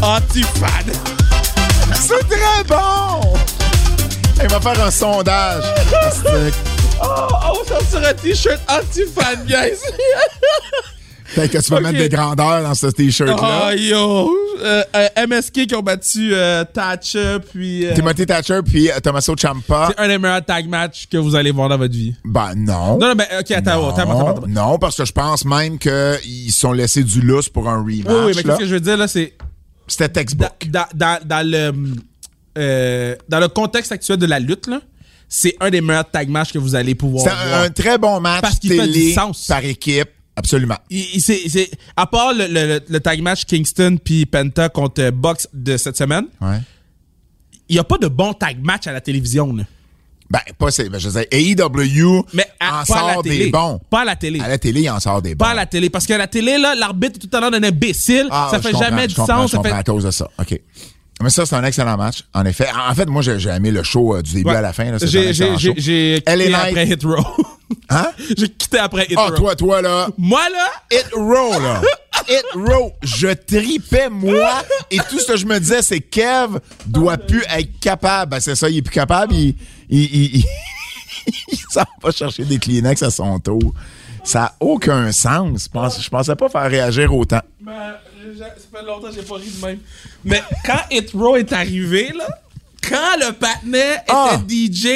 Speaker 3: Ah, Antifan.
Speaker 2: C'est très bon! Hey, on va faire un sondage. Fait
Speaker 3: Oh, on va sortir un t-shirt anti-fan, guys.
Speaker 2: que tu vas
Speaker 3: Ok.
Speaker 2: mettre des grandeurs dans ce t-shirt-là.
Speaker 3: oh, yo. Euh, euh, MSK qui ont battu euh, Thatcher, puis... euh,
Speaker 2: Timothy Thatcher puis euh, Tommaso Ciampa.
Speaker 3: c'est un des meilleurs tag match que vous allez voir dans votre vie.
Speaker 2: Ben non.
Speaker 3: Non, non, mais OK, attends, attends, attends, attends,
Speaker 2: Non,
Speaker 3: attends.
Speaker 2: non, parce que je pense même qu'ils se sont laissés du lousse pour un rematch.
Speaker 3: Oui, oui,
Speaker 2: là.
Speaker 3: mais qu'est-ce que je veux dire, là, c'est...
Speaker 2: C'était
Speaker 3: dans,
Speaker 2: textbook.
Speaker 3: dans- dans- dans le, euh, dans le contexte actuel de la lutte, là, c'est un des meilleurs tag match que vous allez pouvoir
Speaker 2: C'était
Speaker 3: voir.
Speaker 2: un, un très bon match
Speaker 3: Parce qu'il fait
Speaker 2: télé
Speaker 3: du sens.
Speaker 2: par équipe. Absolument.
Speaker 3: Il- il- c'est- c'est- à part le, le- le- le tag match Kingston puis Penta contre Box de euh, cette semaine,
Speaker 2: Ouais.
Speaker 3: il n'y a pas de bon tag match à la télévision. là.
Speaker 2: Ben, pas c'est. ben, je veux dire, AEW
Speaker 3: Mais à-
Speaker 2: en
Speaker 3: pas à la
Speaker 2: Ah, sort
Speaker 3: télé.
Speaker 2: des bons.
Speaker 3: Pas à la télé.
Speaker 2: À la télé, il en sort des bons.
Speaker 3: Pas à la télé. Parce que la télé, là, l'arbitre est tout à l'heure d'un imbécile.
Speaker 2: Ah,
Speaker 3: ça
Speaker 2: je
Speaker 3: fait
Speaker 2: comprends,
Speaker 3: jamais
Speaker 2: je
Speaker 3: de
Speaker 2: comprends,
Speaker 3: sens.
Speaker 2: Je
Speaker 3: Ça
Speaker 2: comprends
Speaker 3: fait...
Speaker 2: à cause de ça. OK. Mais ça, c'est un excellent match, en effet. En en fait, moi, j'ai j'ai aimé le show euh, du début
Speaker 3: Ouais.
Speaker 2: à la fin. là, c'est un
Speaker 3: J'ai
Speaker 2: excellent
Speaker 3: j'ai-
Speaker 2: show.
Speaker 3: j'ai- j'ai
Speaker 2: Elle est
Speaker 3: quitté après
Speaker 2: night.
Speaker 3: Hit Row.
Speaker 2: Hein?
Speaker 3: J'ai quitté après Hit
Speaker 2: Ah,
Speaker 3: Row.
Speaker 2: toi, toi, là.
Speaker 3: Moi, là,
Speaker 2: It Row, là. It Row. Je tripais, moi. Et tout ce que je me disais, c'est Kev doit plus être capable. Ben, c'est ça, il est plus capable. Il, il, il, il- il s'en va chercher des Kleenex à son tour. Ça n'a aucun sens. Je, pense, je pensais pas faire réagir autant.
Speaker 3: Ben, j'ai- ça fait longtemps que j'ai pas ri de même. Mais quand Hit Row est arrivé, là, quand le patinet
Speaker 2: Ah.
Speaker 3: était DJ,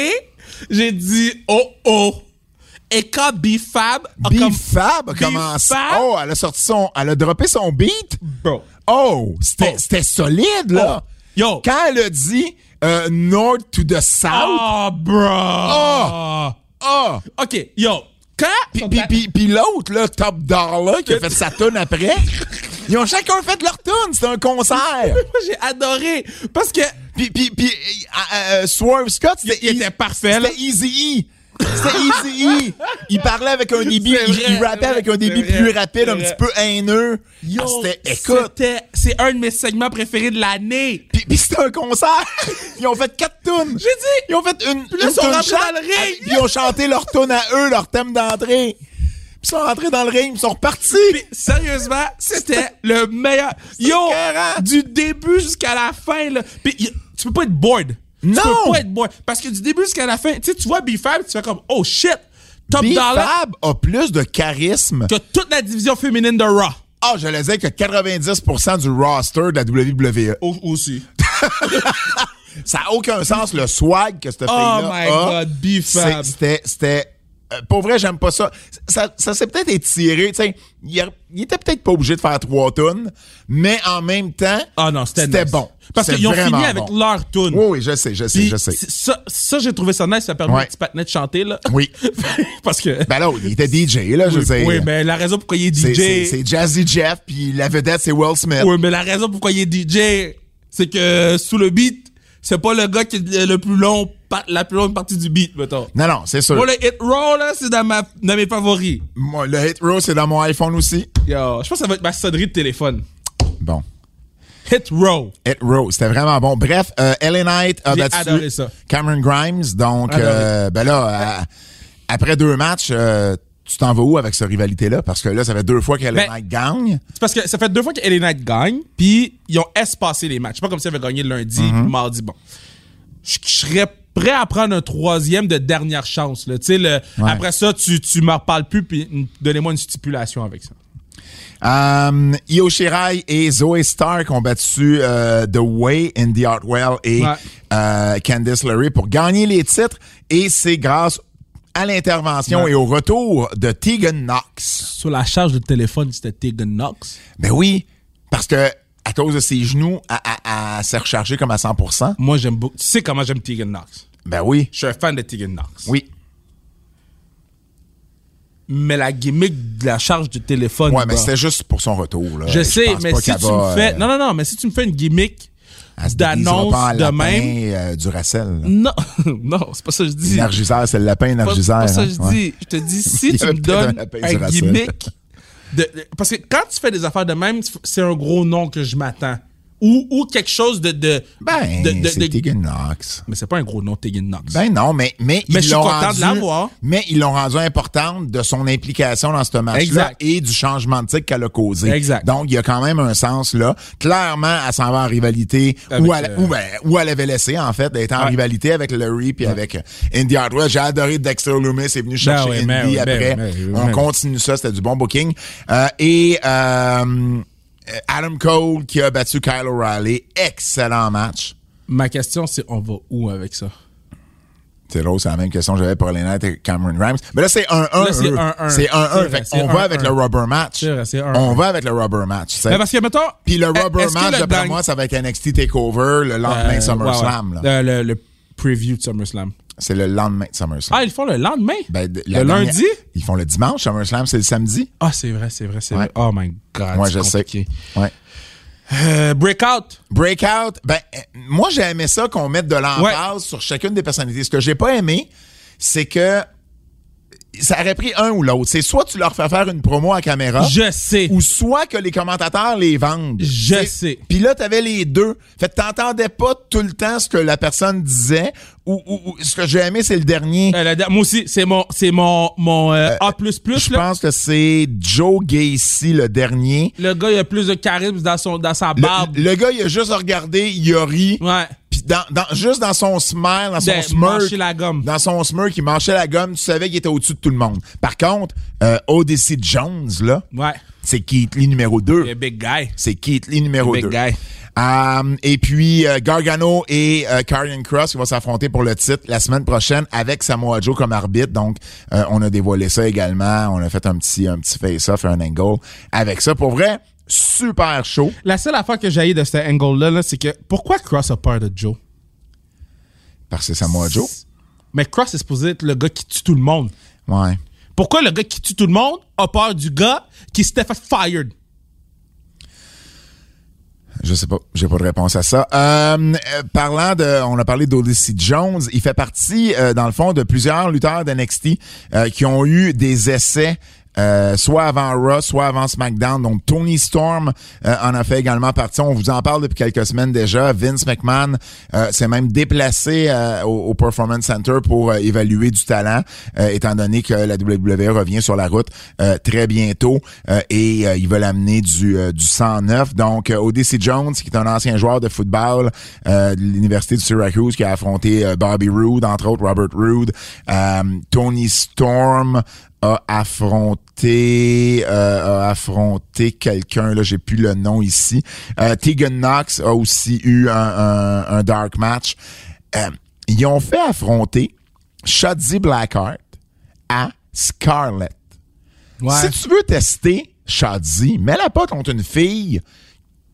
Speaker 3: j'ai dit « Oh, oh! » Et quand B-Fab a Ah, comme-
Speaker 2: B-Fab a commencé.
Speaker 3: B-Fab?
Speaker 2: Oh, elle a sorti son. Elle a droppé son beat.
Speaker 3: Bro.
Speaker 2: Oh, c'était
Speaker 3: Oh.
Speaker 2: c'était solide, là.
Speaker 3: Oh. Yo.
Speaker 2: Quand elle a dit euh, North to the South.
Speaker 3: Oh, bro!
Speaker 2: Ah!
Speaker 3: OK, yo. Quand...
Speaker 2: Puis, puis, puis- puis l'autre, là, Top Dollar, qui a fait sa tune après. Ils ont chacun fait leur tune. C'était un concert.
Speaker 3: j'ai adoré. Parce que...
Speaker 2: Puis, puis, puis euh, euh, euh, Swerve Scott, c'était
Speaker 3: Il était parfait, là.
Speaker 2: C'était Easy E. C'était Easy E. Il parlait avec un débit,
Speaker 3: C'est
Speaker 2: il,
Speaker 3: vrai,
Speaker 2: il rappait
Speaker 3: c'est
Speaker 2: avec un
Speaker 3: vrai,
Speaker 2: débit
Speaker 3: c'est
Speaker 2: plus
Speaker 3: vrai,
Speaker 2: rapide, un
Speaker 3: c'est
Speaker 2: petit peu haineux. Ah, c'était, écoute,
Speaker 3: c'était- C'est un de mes segments préférés de l'année.
Speaker 2: Puis, puis c'était un concert. Ils ont fait quatre tunes.
Speaker 3: J'ai dit-
Speaker 2: Ils ont fait une.
Speaker 3: là,
Speaker 2: une
Speaker 3: ils sont
Speaker 2: tune
Speaker 3: rentrés
Speaker 2: chaque,
Speaker 3: dans le ring.
Speaker 2: Puis ils ont chanté leur tune à eux, leur thème d'entrée. Puis ils sont rentrés dans le ring, ils sont repartis.
Speaker 3: Puis, sérieusement, c'était le meilleur. Yo,
Speaker 2: écœurant.
Speaker 3: du début jusqu'à la fin, là. Puis, y- tu peux pas être bored.
Speaker 2: Non.
Speaker 3: Tu peux pas être bored. Parce que du début jusqu'à la fin, tu sais, tu vois B-Fab, tu fais comme, oh shit, top
Speaker 2: Puis
Speaker 3: dollar
Speaker 2: Fab a plus de charisme.
Speaker 3: que toute la division féminine de Raw.
Speaker 2: Ah, je le disais que 90% du roster de la E WWE.
Speaker 3: aussi.
Speaker 2: Ça n'a aucun sens le swag que cette
Speaker 3: Oh
Speaker 2: fille-là
Speaker 3: my
Speaker 2: a.
Speaker 3: God, B-Fab.
Speaker 2: C'est- C'était. c'était euh, pour vrai, j'aime pas ça. Ça, ça s'est peut-être étiré. tu sais, Il, a- il était peut-être pas obligé de faire trois tonnes, mais en même temps,
Speaker 3: Ah non, c'était nice.
Speaker 2: bon.
Speaker 3: Parce
Speaker 2: C'était
Speaker 3: qu'ils ont fini
Speaker 2: vraiment
Speaker 3: avec
Speaker 2: bon.
Speaker 3: leur tune.
Speaker 2: Oui, oui, je sais, je sais, je sais.
Speaker 3: Ça, ça, j'ai trouvé ça nice, ça permet
Speaker 2: Ouais.
Speaker 3: au petit patinet de chanter, là.
Speaker 2: Oui.
Speaker 3: Parce que.
Speaker 2: Ben là, il était DJ, là, je
Speaker 3: oui,
Speaker 2: veux dire.
Speaker 3: oui, mais la raison pourquoi il est
Speaker 2: C'est-
Speaker 3: DJ.
Speaker 2: C'est c'est Jazzy Jeff, puis la vedette, c'est Will Smith.
Speaker 3: Oui, mais la raison pourquoi il est DJ, c'est que euh, sous le beat, c'est pas le gars qui est le plus long, par- la plus longue partie du beat, mettons.
Speaker 2: Non, non, c'est sûr.
Speaker 3: Moi, le hit roll, là, c'est dans, ma, dans mes favoris.
Speaker 2: Moi, le hit row, c'est dans mon iPhone aussi.
Speaker 3: Yo, je pense que ça va être ma sonnerie de téléphone.
Speaker 2: Bon.
Speaker 3: Hit roll.
Speaker 2: Hit Row, c'était vraiment bon. Bref, euh, LA Knight a
Speaker 3: J'ai
Speaker 2: battu
Speaker 3: adoré ça.
Speaker 2: Cameron Grimes. Donc,
Speaker 3: Adoré.
Speaker 2: euh, ben là, à- après deux matchs, euh, tu t'en vas où avec cette rivalité-là? Parce que là, ça fait deux fois qu'LA
Speaker 3: Ben-
Speaker 2: Knight gagne.
Speaker 3: C'est parce que ça fait deux fois que Elena gagne, puis ils ont espacé les matchs. C'est pas comme si elle avait gagné lundi,
Speaker 2: Mhm.
Speaker 3: mardi, bon. Je je serais prêt à prendre un troisième de dernière chance. Là. Tu sais, le,
Speaker 2: Ouais.
Speaker 3: Après ça, tu, tu m'en reparles plus, puis mm, donnez-moi une stipulation avec ça.
Speaker 2: Euh, Io Shirai et Zoe Stark ont battu euh, The Way, Indy Hartwell et
Speaker 3: Ouais.
Speaker 2: euh, Candice LeRae pour gagner les titres. Et c'est grâce à l'intervention
Speaker 3: Ouais.
Speaker 2: et au retour de Tegan Knox.
Speaker 3: Sur la charge de téléphone, c'était Tegan Knox.
Speaker 2: Ben oui, parce que à cause de ses genoux, à, à, à s'est rechargée comme à 100%.
Speaker 3: Moi, j'aime beaucoup. Tu sais comment j'aime Tegan Knox.
Speaker 2: Ben oui,
Speaker 3: Je suis un fan de Tegan Knox.
Speaker 2: oui.
Speaker 3: Mais la gimmick de la charge du téléphone.
Speaker 2: Ouais, mais
Speaker 3: bah,
Speaker 2: c'était juste pour son retour. Là.
Speaker 3: Je sais,
Speaker 2: pense
Speaker 3: mais
Speaker 2: pas
Speaker 3: si
Speaker 2: qu'elle
Speaker 3: tu
Speaker 2: va,
Speaker 3: me fais.
Speaker 2: euh,
Speaker 3: Non, non, non, mais si tu me fais une gimmick
Speaker 2: elle se déguisera
Speaker 3: d'annonce
Speaker 2: pas en
Speaker 3: de
Speaker 2: lapin,
Speaker 3: même.
Speaker 2: euh, du racel. là.
Speaker 3: Non, non, c'est pas ça que je dis.
Speaker 2: Énergiseur, c'est le lapin
Speaker 3: Pas,
Speaker 2: énergiseur.
Speaker 3: pas ça que je
Speaker 2: hein, ouais.
Speaker 3: dis. Je te dis, si
Speaker 2: Il y
Speaker 3: tu
Speaker 2: avait
Speaker 3: me
Speaker 2: peut-être un
Speaker 3: donnes
Speaker 2: lapin sur
Speaker 3: un
Speaker 2: la
Speaker 3: gimmick. de- de- parce que quand tu fais des affaires de même, c'est un gros nom que je m'attends. Ou, ou quelque chose de. de
Speaker 2: Ben,
Speaker 3: de- de-
Speaker 2: c'est
Speaker 3: de-
Speaker 2: Tegan Knox.
Speaker 3: Mais c'est pas un gros nom, Tegan Knox.
Speaker 2: Ben non, mais, mais, ils
Speaker 3: Mais je suis
Speaker 2: l'ont
Speaker 3: content de
Speaker 2: rendu-
Speaker 3: l'avoir.
Speaker 2: Mais ils l'ont rendu importante de son implication dans ce match-là
Speaker 3: Exact.
Speaker 2: et du changement de titre qu'elle a causé.
Speaker 3: Exact.
Speaker 2: Donc, il y a quand même un sens là. Clairement, elle s'en va en rivalité
Speaker 3: Avec,
Speaker 2: où, elle,
Speaker 3: euh,
Speaker 2: où, ben, où elle avait laissé, en fait, d'être en
Speaker 3: Ouais.
Speaker 2: rivalité avec Larry puis avec euh, Indy Hardwell. J'ai adoré Dexter Loomis est venu chercher
Speaker 3: Ben ouais, ben
Speaker 2: Indy
Speaker 3: mais oui,
Speaker 2: après.
Speaker 3: mais oui, mais oui,
Speaker 2: On
Speaker 3: mais oui.
Speaker 2: continue ça, c'était du bon booking. Euh, et euh, Adam Cole qui a battu Kyle O'Reilly. Excellent match.
Speaker 3: Ma question, c'est on va où avec ça?
Speaker 2: C'est drôle, c'est la même question que j'avais pour Elena et Cameron Grimes. Mais là, c'est 1-1.
Speaker 3: Là, c'est
Speaker 2: eux.
Speaker 3: 1-1.
Speaker 2: C'est 1-1.
Speaker 3: C'est vrai,
Speaker 2: Fait
Speaker 3: c'est
Speaker 2: qu'on va avec
Speaker 3: 1-1.
Speaker 2: le rubber match.
Speaker 3: C'est vrai, c'est 1-1.
Speaker 2: On va avec le rubber match. tu sais.
Speaker 3: Mais Ben, parce que, mettons.
Speaker 2: Puis le rubber
Speaker 3: est-ce que
Speaker 2: match,
Speaker 3: le
Speaker 2: d'après
Speaker 3: gang-
Speaker 2: moi, ça va être NXT TakeOver le lendemain
Speaker 3: Euh,
Speaker 2: de SummerSlam.
Speaker 3: ouais, ouais.
Speaker 2: là.
Speaker 3: Euh, le, le preview de SummerSlam.
Speaker 2: C'est le lendemain de SummerSlam.
Speaker 3: Ah, ils le font le lendemain?
Speaker 2: Ben, de-
Speaker 3: le
Speaker 2: la dernière-
Speaker 3: lundi?
Speaker 2: Ils font le dimanche. SummerSlam, c'est le samedi.
Speaker 3: Ah, c'est vrai, c'est vrai, c'est
Speaker 2: Ouais.
Speaker 3: vrai. Oh my God.
Speaker 2: Moi,
Speaker 3: c'est
Speaker 2: je sais.
Speaker 3: compliqué.
Speaker 2: Ouais.
Speaker 3: Euh, Breakout.
Speaker 2: Breakout, ben, euh, moi, j'ai aimé ça qu'on mette de l'emphase sur chacune des personnalités. Ce que j'ai pas aimé, c'est que ça aurait pris un ou l'autre. C'est soit tu leur fais faire une promo à caméra,
Speaker 4: Je sais.
Speaker 2: ou soit que les commentateurs les vendent.
Speaker 4: Je
Speaker 2: T'sais,
Speaker 4: sais.
Speaker 2: Puis là, t'avais les deux. Fait que t'entendais pas tout le temps ce que la personne disait, ou, ou- ou- ce que j'ai aimé, c'est le dernier.
Speaker 3: Euh, la da- moi aussi, c'est mon, c'est mon, mon euh, A++.
Speaker 2: Je
Speaker 3: là.
Speaker 2: pense que c'est Joe Gacy, le dernier.
Speaker 3: Le gars, il a plus de charisme dans, son, dans sa
Speaker 2: Le,
Speaker 3: barbe.
Speaker 2: le gars, il a juste regardé, il a ri.
Speaker 3: ouais.
Speaker 2: Puis dans, dans- juste dans son smile, dans son
Speaker 3: De
Speaker 2: smirk,
Speaker 3: mâcher la gomme.
Speaker 2: dans son smirk, il manchait la gomme, tu savais qu'il était au-dessus de tout le monde. Par contre, euh, Odyssey Jones, là,
Speaker 3: Ouais.
Speaker 2: c'est Keith Lee numéro 2.
Speaker 3: Le big guy.
Speaker 2: C'est Keith Lee numéro
Speaker 3: Big
Speaker 2: 2.
Speaker 3: guy.
Speaker 2: et puis euh, Gargano et euh, Karrion Cross qui vont s'affronter pour le titre la semaine prochaine avec Samoa Joe comme arbitre. Donc euh, on a dévoilé ça également, on a fait un petit un petit face-off, un angle avec ça pour vrai, super chaud.
Speaker 3: La seule affaire que j'ai de cet angle-là, là, c'est que pourquoi Cross a peur de Joe?
Speaker 2: Parce que c'est Samoa Joe.
Speaker 3: Mais Cross est supposé être le gars qui tue tout le monde.
Speaker 2: Ouais.
Speaker 3: Pourquoi le gars qui tue tout le monde a peur du gars qui s'était fait fired?
Speaker 2: Je sais pas, j'ai pas de réponse à ça. Euh, euh, parlant de, on a parlé d'Odyssey Jones, il fait partie, euh, dans le fond, de plusieurs lutteurs d'NXT euh, qui ont eu des essais. euh, soit avant Raw, soit avant SmackDown. Donc, Tony Storm euh, en a fait également partie. On vous en parle depuis quelques semaines déjà. Vince McMahon euh, s'est même déplacé euh, au, au Performance Center pour euh, évaluer du talent, euh, étant donné que la WWE revient sur la route euh, très bientôt euh, et euh, ils veulent amener du, euh, du 109. Donc, euh, Odyssey Jones, qui est un ancien joueur de football euh, de l'Université de Syracuse, qui a affronté euh, Bobby Roode, entre autres Robert Roode, euh, Tony Storm a affronté euh, a affronté quelqu'un là j'ai plus le nom ici euh, Tegan Knox a aussi eu un, un- un dark match Euh, ils ont fait affronter Shotzi Blackheart à Scarlett si tu veux tester Shadi, mets-la pas contre une fille,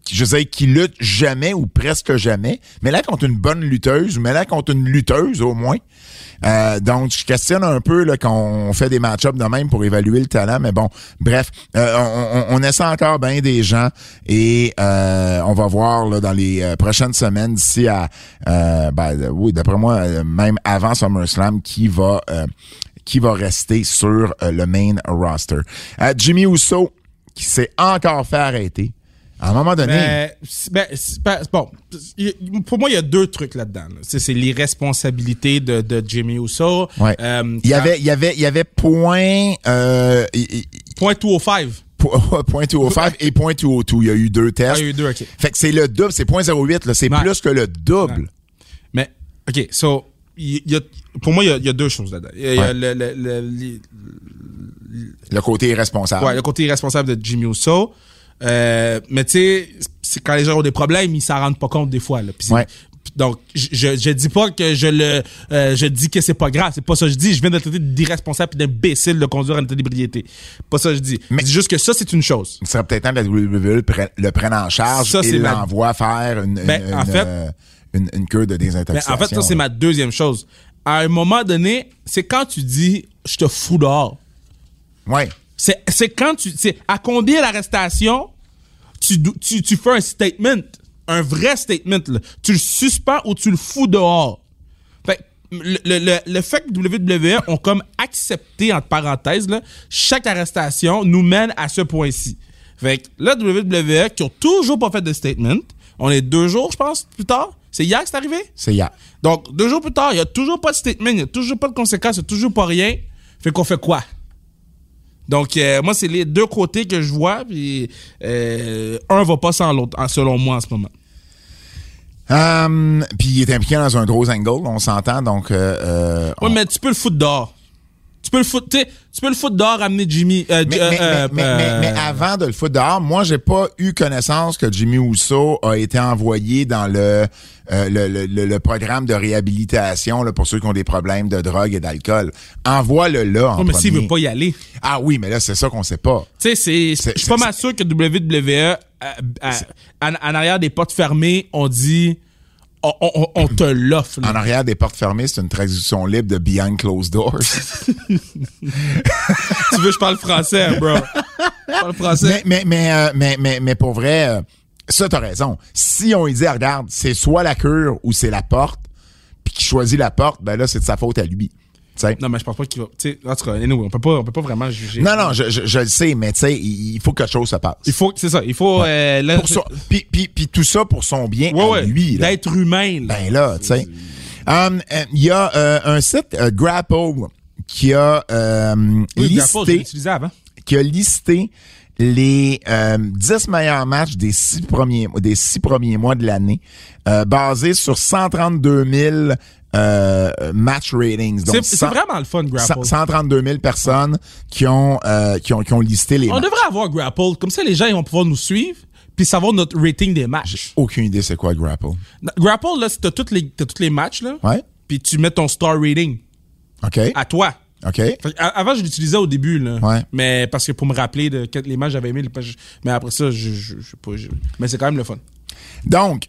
Speaker 2: qui- je sais, qui lutte jamais ou presque jamais, mets-la contre une bonne lutteuse ou mets-la contre une lutteuse au moins. Euh, donc, je questionne un peu là, quand on fait des match-ups de même pour évaluer le talent, mais bon, bref, euh, on, on, on essaie encore bien des gens et euh, on va voir là, dans les euh, prochaines semaines d'ici à, euh, ben, euh, oui, d'après moi, euh, même avant SummerSlam, qui va euh, qui va rester sur euh, le main roster. Euh, Jimmy Uso, qui s'est encore fait arrêter. À un moment donné,
Speaker 3: Ben, c'est- ben, c'est pas- c'est bon, Il- pour moi, il y a deux trucs là-dedans. là. C'est c'est l'irresponsabilité de, de Jimmy Uso.
Speaker 2: ouais.
Speaker 3: Euh,
Speaker 2: il y avait, il y avait, il y avait point, euh, il- il-
Speaker 3: Point 205.
Speaker 2: po- point 205 et point 202. Il y a eu deux tests.
Speaker 3: Ah, il y a eu deux, ok.
Speaker 2: Fait que c'est le double, c'est point 08, là. C'est
Speaker 3: Ouais.
Speaker 2: plus que le double.
Speaker 3: Mais, OK, so, il y a- pour moi, il y a, il y a deux choses là-dedans. Il y a- il y a
Speaker 2: Ouais.
Speaker 3: le- le- le- li-
Speaker 2: Le côté irresponsable.
Speaker 3: ouais, le côté irresponsable de Jimmy Uso. Euh, mais tu sais, c'est quand les gens ont des problèmes, ils s'en rendent pas compte des fois. Là. Puis c'est-
Speaker 2: Ouais.
Speaker 3: puis Donc, je, je, je dis pas que je le. euh, je dis que c'est pas grave. C'est pas ça que je dis. Je viens de traiter d'irresponsable et d'imbécile de conduire en état d'ébriété. Pas ça que je dis.
Speaker 2: Mais-
Speaker 3: Je dis juste que ça, c'est une chose.
Speaker 2: Il serait peut-être temps que la WWE le prenne- le prenne en charge
Speaker 3: Ça,
Speaker 2: et
Speaker 3: c'est ma-
Speaker 2: l'envoie faire une, une,
Speaker 3: Ben, en
Speaker 2: une,
Speaker 3: fait-
Speaker 2: euh, une- une cure de
Speaker 3: Mais
Speaker 2: désintoxication.
Speaker 3: en fait, ça, c'est ma deuxième chose. À un moment donné, c'est quand tu dis je te fous dehors.
Speaker 2: Ouais.
Speaker 3: C'est, c'est quand tu. C'est à combien l'arrestation, tu, dou- tu, tu fais un statement, un vrai statement. là. Tu le suspends ou tu le fous dehors. Fait, que le, le, le, le fait que WWE ont comme accepté, entre parenthèses, là, chaque arrestation nous mène à ce point-ci. Fait que là, WWE, qui ont toujours pas fait de statement, on est deux jours, je pense, plus tard. C'est hier que c'est arrivé?
Speaker 2: C'est hier.
Speaker 3: Donc, deux jours plus tard, il n'y a toujours pas de statement, il n'y a toujours pas de conséquences, il n'y a toujours pas rien. Fait qu'on fait quoi? Donc, euh, moi, c'est les deux côtés que je vois, puis euh, un va pas sans l'autre, en- selon moi, en ce moment.
Speaker 2: Hum, puis il est impliqué dans un gros angle, on s'entend, donc... euh, euh,
Speaker 3: Ouais,
Speaker 2: on-
Speaker 3: mais tu peux le foutre dehors. Tu peux le foutre, tu sais, tu peux le foutre dehors, amener Jimmy. euh,
Speaker 2: Mais,
Speaker 3: euh,
Speaker 2: mais-
Speaker 3: euh,
Speaker 2: mais- mais- mais- mais avant de le foutre dehors, moi, j'ai pas eu connaissance que Jimmy Uso a été envoyé dans le, euh, le, le- le- le programme de réhabilitation là, pour ceux qui ont des problèmes de drogue et d'alcool. Envoie-le là en
Speaker 3: Ouais, oh, mais s'il
Speaker 2: premier.
Speaker 3: veut pas y aller. Tu
Speaker 2: Ah oui, mais là, c'est ça qu'on sait pas.
Speaker 3: sais, c'est-
Speaker 2: C'est-
Speaker 3: je suis pas
Speaker 2: c'est-
Speaker 3: mal sûr que WWE, à- à- euh, en, en arrière des portes fermées, on dit, on, on- on- on te l'offre. là.
Speaker 2: En arrière des portes fermées, c'est une traduction libre de Beyond Closed Doors.
Speaker 3: tu veux, je parle français, bro. Je parle français.
Speaker 2: mais, mais, mais, euh, mais, mais, mais pour vrai, euh, Ça, t'as raison. Si on lui dit, regarde, c'est soit la cure ou c'est la porte, puis qu'il choisit la porte, ben là, c'est de sa faute à lui. Tu sais.
Speaker 3: Non, mais je pense pas qu'il va. Tu sais, en tout cas, anyway, on peut pas, on peut pas vraiment juger.
Speaker 2: Non, non, je, je, je le sais, mais tu sais, il il faut que quelque chose se passe.
Speaker 3: Il faut, c'est ça, il faut. euh, là-
Speaker 2: Pour son- puis, puis- puis tout ça pour son bien
Speaker 3: ouais,
Speaker 2: à
Speaker 3: ouais,
Speaker 2: lui. là.
Speaker 3: d'être humain. Là.
Speaker 2: Ben là, tu sais. Hum, euh, Il y a euh, un site, euh, Grapple, qui a, euh,
Speaker 3: Oui,
Speaker 2: listé,
Speaker 3: la pause, je l'ai utilisé avant.
Speaker 2: qui a listé les euh, 10 meilleurs matchs des six premiers, des six premiers mois de l'année, euh, basés sur 132 000 euh, match ratings. Donc,
Speaker 3: C'est c'est
Speaker 2: 100
Speaker 3: vraiment le fun, Grapple.
Speaker 2: 132 000 personnes qui ont, euh, qui ont, qui ont listé les
Speaker 3: On
Speaker 2: matchs.
Speaker 3: devrait avoir Grapple. Comme ça, les gens ils vont pouvoir nous suivre puis savoir notre rating des matchs.
Speaker 2: Aucune idée c'est quoi Grapple.
Speaker 3: Grapple, là, c'est- t'as tous les, t'as tous les matchs, là.
Speaker 2: Ouais.
Speaker 3: Puis tu mets ton star rating
Speaker 2: OK.
Speaker 3: à toi.
Speaker 2: OK.
Speaker 3: Fait que, a- Avant, je l'utilisais au début, là.
Speaker 2: Ouais.
Speaker 3: Mais parce que pour me rappeler de quel- les matchs j'avais aimé, mais après ça, je, je, je sais pas. je- Mais c'est quand même le fun.
Speaker 2: Donc,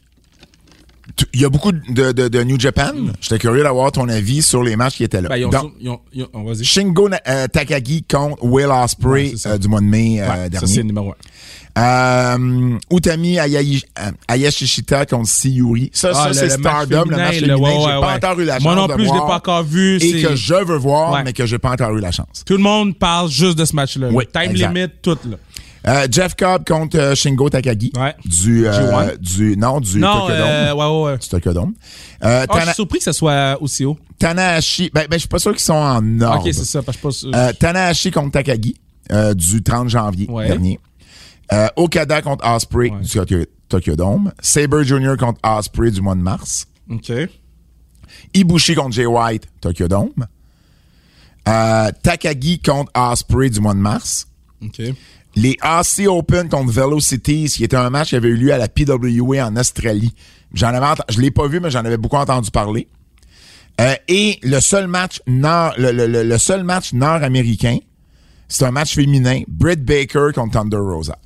Speaker 2: tu- il y a beaucoup de, de, de New Japan. J'étais curieux d'avoir ton avis sur les matchs qui étaient là.
Speaker 3: Hmm. Ben, ils ont,
Speaker 2: Donc,
Speaker 3: ils ont- ils ont- on va dire.
Speaker 2: Shingo Na- euh, Takagi contre Will
Speaker 3: Ouais,
Speaker 2: Ospreay
Speaker 3: c'est ça.
Speaker 2: euh, du mois de mai euh,
Speaker 3: Ouais, ça,
Speaker 2: dernier.
Speaker 3: c'est le numéro un.
Speaker 2: Euh, Utami Ayayi- euh, Ayashishita contre Siyuri. Ça,
Speaker 3: Ah,
Speaker 2: ça
Speaker 3: le-
Speaker 2: c'est
Speaker 3: le match
Speaker 2: Stardom, le
Speaker 3: féminin,
Speaker 2: match
Speaker 3: là,
Speaker 2: féminin.
Speaker 3: ouais,
Speaker 2: j'ai
Speaker 3: ouais,
Speaker 2: pas
Speaker 3: ouais.
Speaker 2: encore eu la chance
Speaker 3: Moi non
Speaker 2: de
Speaker 3: plus, je l'ai
Speaker 2: voir
Speaker 3: pas encore vu,
Speaker 2: Et
Speaker 3: c'est-
Speaker 2: que je veux voir,
Speaker 3: Ouais.
Speaker 2: mais que j'ai pas encore eu la chance.
Speaker 3: Tout le monde parle juste de ce match-là.
Speaker 2: Oui,
Speaker 3: Time
Speaker 2: exact.
Speaker 3: limit, tout, là.
Speaker 2: Euh, Jeff Cobb contre euh, Shingo Takagi.
Speaker 3: Ouais.
Speaker 2: Du, euh,
Speaker 3: G1.
Speaker 2: du, non, du
Speaker 3: Non,
Speaker 2: Tokyo Dome.
Speaker 3: euh, ouais, ouais, ouais.
Speaker 2: Du Tokyo Dome. Euh,
Speaker 3: Ah, je
Speaker 2: Tana-
Speaker 3: suis surpris que ça soit aussi haut.
Speaker 2: Tanahashi, ben, ben je suis pas sûr qu'ils sont en ordre.
Speaker 3: Ok, c'est ça, parce que je suis pas sûr.
Speaker 2: Ah, Euh, Tanahashi contre Takagi euh, du 30 janvier
Speaker 3: Ouais.
Speaker 2: dernier. Euh, Okada contre Osprey du Tokyo, Tokyo Dome. Saber Jr. contre Osprey du mois de mars.
Speaker 3: OK.
Speaker 2: Ibushi contre Jay White, Tokyo Dome. Euh, Takagi contre Osprey du mois de mars.
Speaker 3: OK. Ben,
Speaker 2: Les AC Open contre Velocities, qui était un match qui avait eu lieu à la PWA en Australie. J'en avais ent- je l'ai pas vu, mais j'en avais beaucoup entendu parler. Euh, et le seul match nord, le, le- le- le seul match nord-américain, c'est un match féminin, Britt Baker contre Thunder Rosa.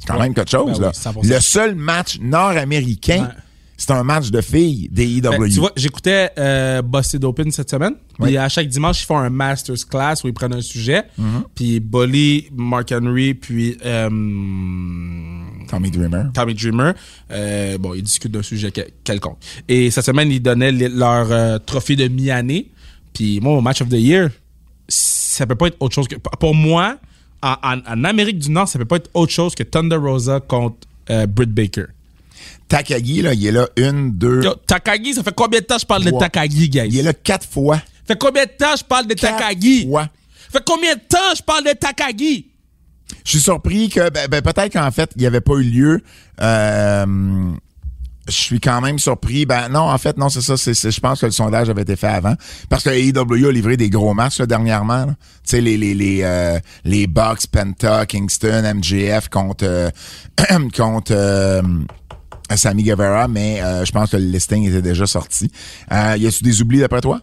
Speaker 2: C'est quand même quelque chose,
Speaker 3: Ben
Speaker 2: là.
Speaker 3: oui, 100%.
Speaker 2: le seul match nord-américain,
Speaker 3: Ouais.
Speaker 2: c'est un match de filles des IW.
Speaker 3: Ben, tu vois, j'écoutais euh, Busted Open cette semaine. Puis à chaque dimanche, ils font un master's class où ils prennent un sujet.
Speaker 2: Mm-hmm.
Speaker 3: Puis Bolly, Mark Henry, puis euh,
Speaker 2: Tommy Dreamer.
Speaker 3: Tommy Dreamer, euh, bon, ils discutent d'un sujet quel- quelconque. Et cette semaine, ils donnaient les- leur euh, trophée de mi-année. Puis moi, au Match of the Year, ça peut pas être autre chose que... Pour moi, en, en- en Amérique du Nord, ça peut pas être autre chose que Thunder Rosa contre euh, Britt Baker.
Speaker 2: Takagi, là, il est là une, deux,
Speaker 3: Yo, Takagi, ça fait combien de temps je parle de
Speaker 2: Wow.
Speaker 3: Takagi, guys?
Speaker 2: il est là quatre fois.
Speaker 3: Fait combien de temps je parle de
Speaker 2: Quatre
Speaker 3: Takagi?
Speaker 2: fois.
Speaker 3: Fait combien de temps je parle de Takagi?
Speaker 2: Je suis surpris que ben, ben, peut-être qu'en fait, il n'y avait pas eu lieu. Euh, je suis quand même surpris. Ben non, en fait, non, c'est ça. c'est- c'est- je pense que le sondage avait été fait avant. Parce que AEW a livré des gros matchs là, dernièrement. là. Tu sais, les, les, les, euh, les Bucks, Penta, Kingston, MJF contre, euh, contre euh, Sammy Guevara, mais euh, je pense que le listing était déjà sorti. Euh, y a-tu des oublis d'après toi?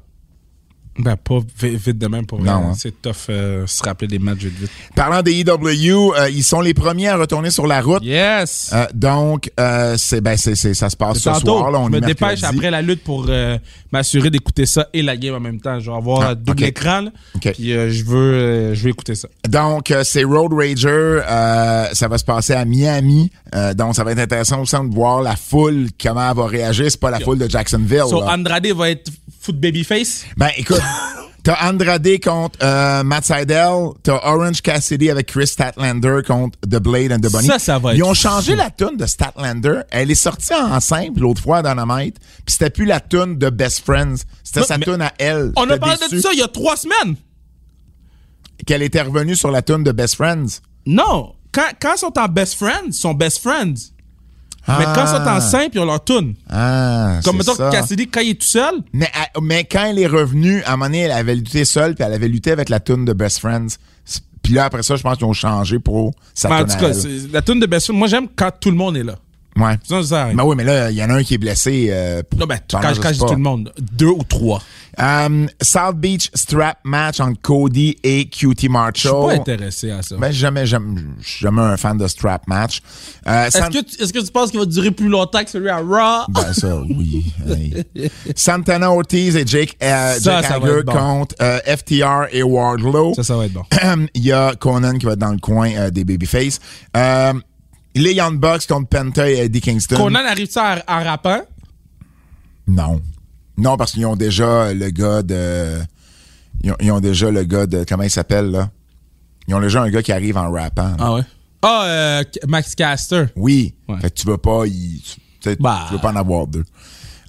Speaker 3: Ben, pas vite, de même pour
Speaker 2: Non, hein.
Speaker 3: C'est tough euh, se rappeler des matchs vite.
Speaker 2: Parlant des EW, euh, ils sont les premiers à retourner sur la route.
Speaker 3: Yes!
Speaker 2: Euh, donc, euh, c'est, ben, c'est, c'est- ça se passe ce
Speaker 3: Tantôt,
Speaker 2: soir. Là, on
Speaker 3: je
Speaker 2: est
Speaker 3: me
Speaker 2: mercredi.
Speaker 3: dépêche après la lutte pour euh, m'assurer d'écouter ça et la game en même temps. Je vais avoir
Speaker 2: Ah,
Speaker 3: un double
Speaker 2: ok.
Speaker 3: écran, là,
Speaker 2: Ok.
Speaker 3: puis euh, je veux euh, je veux écouter ça.
Speaker 2: Donc, euh, c'est Road Rager. euh, ça va se passer à Miami. euh, donc, ça va être intéressant aussi de voir la foule, comment elle va réagir. C'est pas la foule de Jacksonville.
Speaker 3: So,
Speaker 2: Oh là.
Speaker 3: Andrade va être foot babyface.
Speaker 2: Ben, écoute, t'as Andrade contre euh, Matt Seidel. T'as Orange Cassidy avec Chris Statlander contre The Blade and The Bunny.
Speaker 3: Ça, ça va
Speaker 2: Ils
Speaker 3: être
Speaker 2: ont
Speaker 3: fou.
Speaker 2: changé la tune de Statlander. Elle est sortie en simple l'autre fois dans la Puis c'était plus la tune de Best Friends. C'était
Speaker 3: Non,
Speaker 2: sa
Speaker 3: mais-
Speaker 2: tune à elle.
Speaker 3: On a
Speaker 2: J'étais
Speaker 3: parlé de
Speaker 2: déçu.
Speaker 3: ça il y a trois semaines.
Speaker 2: qu'elle était revenue sur la tune de Best Friends.
Speaker 3: Non! Quand, quand ils sont en best friends, ils sont best friends. Mais
Speaker 2: Ah.
Speaker 3: quand ils sont en simple, ils ont leur tune.
Speaker 2: Ah,
Speaker 3: Comme
Speaker 2: c'est
Speaker 3: mettons
Speaker 2: ça.
Speaker 3: que Cassidy, quand il est tout seul,
Speaker 2: Mais, à- mais quand elle est revenue, à un moment donné, elle avait lutté seule, puis elle avait lutté avec la tune de Best Friends. C'est- Puis là, après ça, je pense qu'ils ont changé pour sa
Speaker 3: Ben, en
Speaker 2: tune
Speaker 3: tout
Speaker 2: à
Speaker 3: cas,
Speaker 2: elle.
Speaker 3: c'est- la tune de Best Friend, moi j'aime quand tout le monde est là.
Speaker 2: Ouais.
Speaker 3: Sinon, ça arrive.
Speaker 2: Mais oui, mais là, il y en a un qui est blessé. euh,
Speaker 3: Non, ben,
Speaker 2: pendant,
Speaker 3: quand,
Speaker 2: je
Speaker 3: quand
Speaker 2: sais
Speaker 3: je dis
Speaker 2: pas.
Speaker 3: tout le monde, deux ou trois.
Speaker 2: Euh, South Beach Strap Match entre Cody et Cutie
Speaker 3: Je suis pas
Speaker 2: Marshall.
Speaker 3: intéressé à ça.
Speaker 2: Ben, jamais, jamais, je suis jamais un fan de Strap Match. Euh,
Speaker 3: Est-ce
Speaker 2: San-
Speaker 3: que, tu- est-ce que tu penses qu'il va durer plus longtemps que celui à Raw?
Speaker 2: Ben ça, oui. Hey. Santana Ortiz et Jake, euh,
Speaker 3: Ça,
Speaker 2: Jake
Speaker 3: ça va
Speaker 2: Hager
Speaker 3: être bon.
Speaker 2: contre euh, FTR et Wardlow.
Speaker 3: Ça, ça va être bon.
Speaker 2: Il y a Conan qui va être dans le coin euh, des Babyface. Euh, Les Young Bucks contre Penta et Eddie Kingston.
Speaker 3: Conan arrive-tu en, en rappant?
Speaker 2: Non. Non, parce qu'ils ont déjà le gars de. Ils ont, ils ont déjà le gars de. Comment il s'appelle, là? Ils ont déjà un gars qui arrive en rappant. là.
Speaker 3: Ah ouais. Ah, euh, Max Caster.
Speaker 2: Oui.
Speaker 3: Ouais.
Speaker 2: Fait que tu veux pas. y- tu- tu sais,
Speaker 3: Bah.
Speaker 2: Tu veux pas en avoir deux.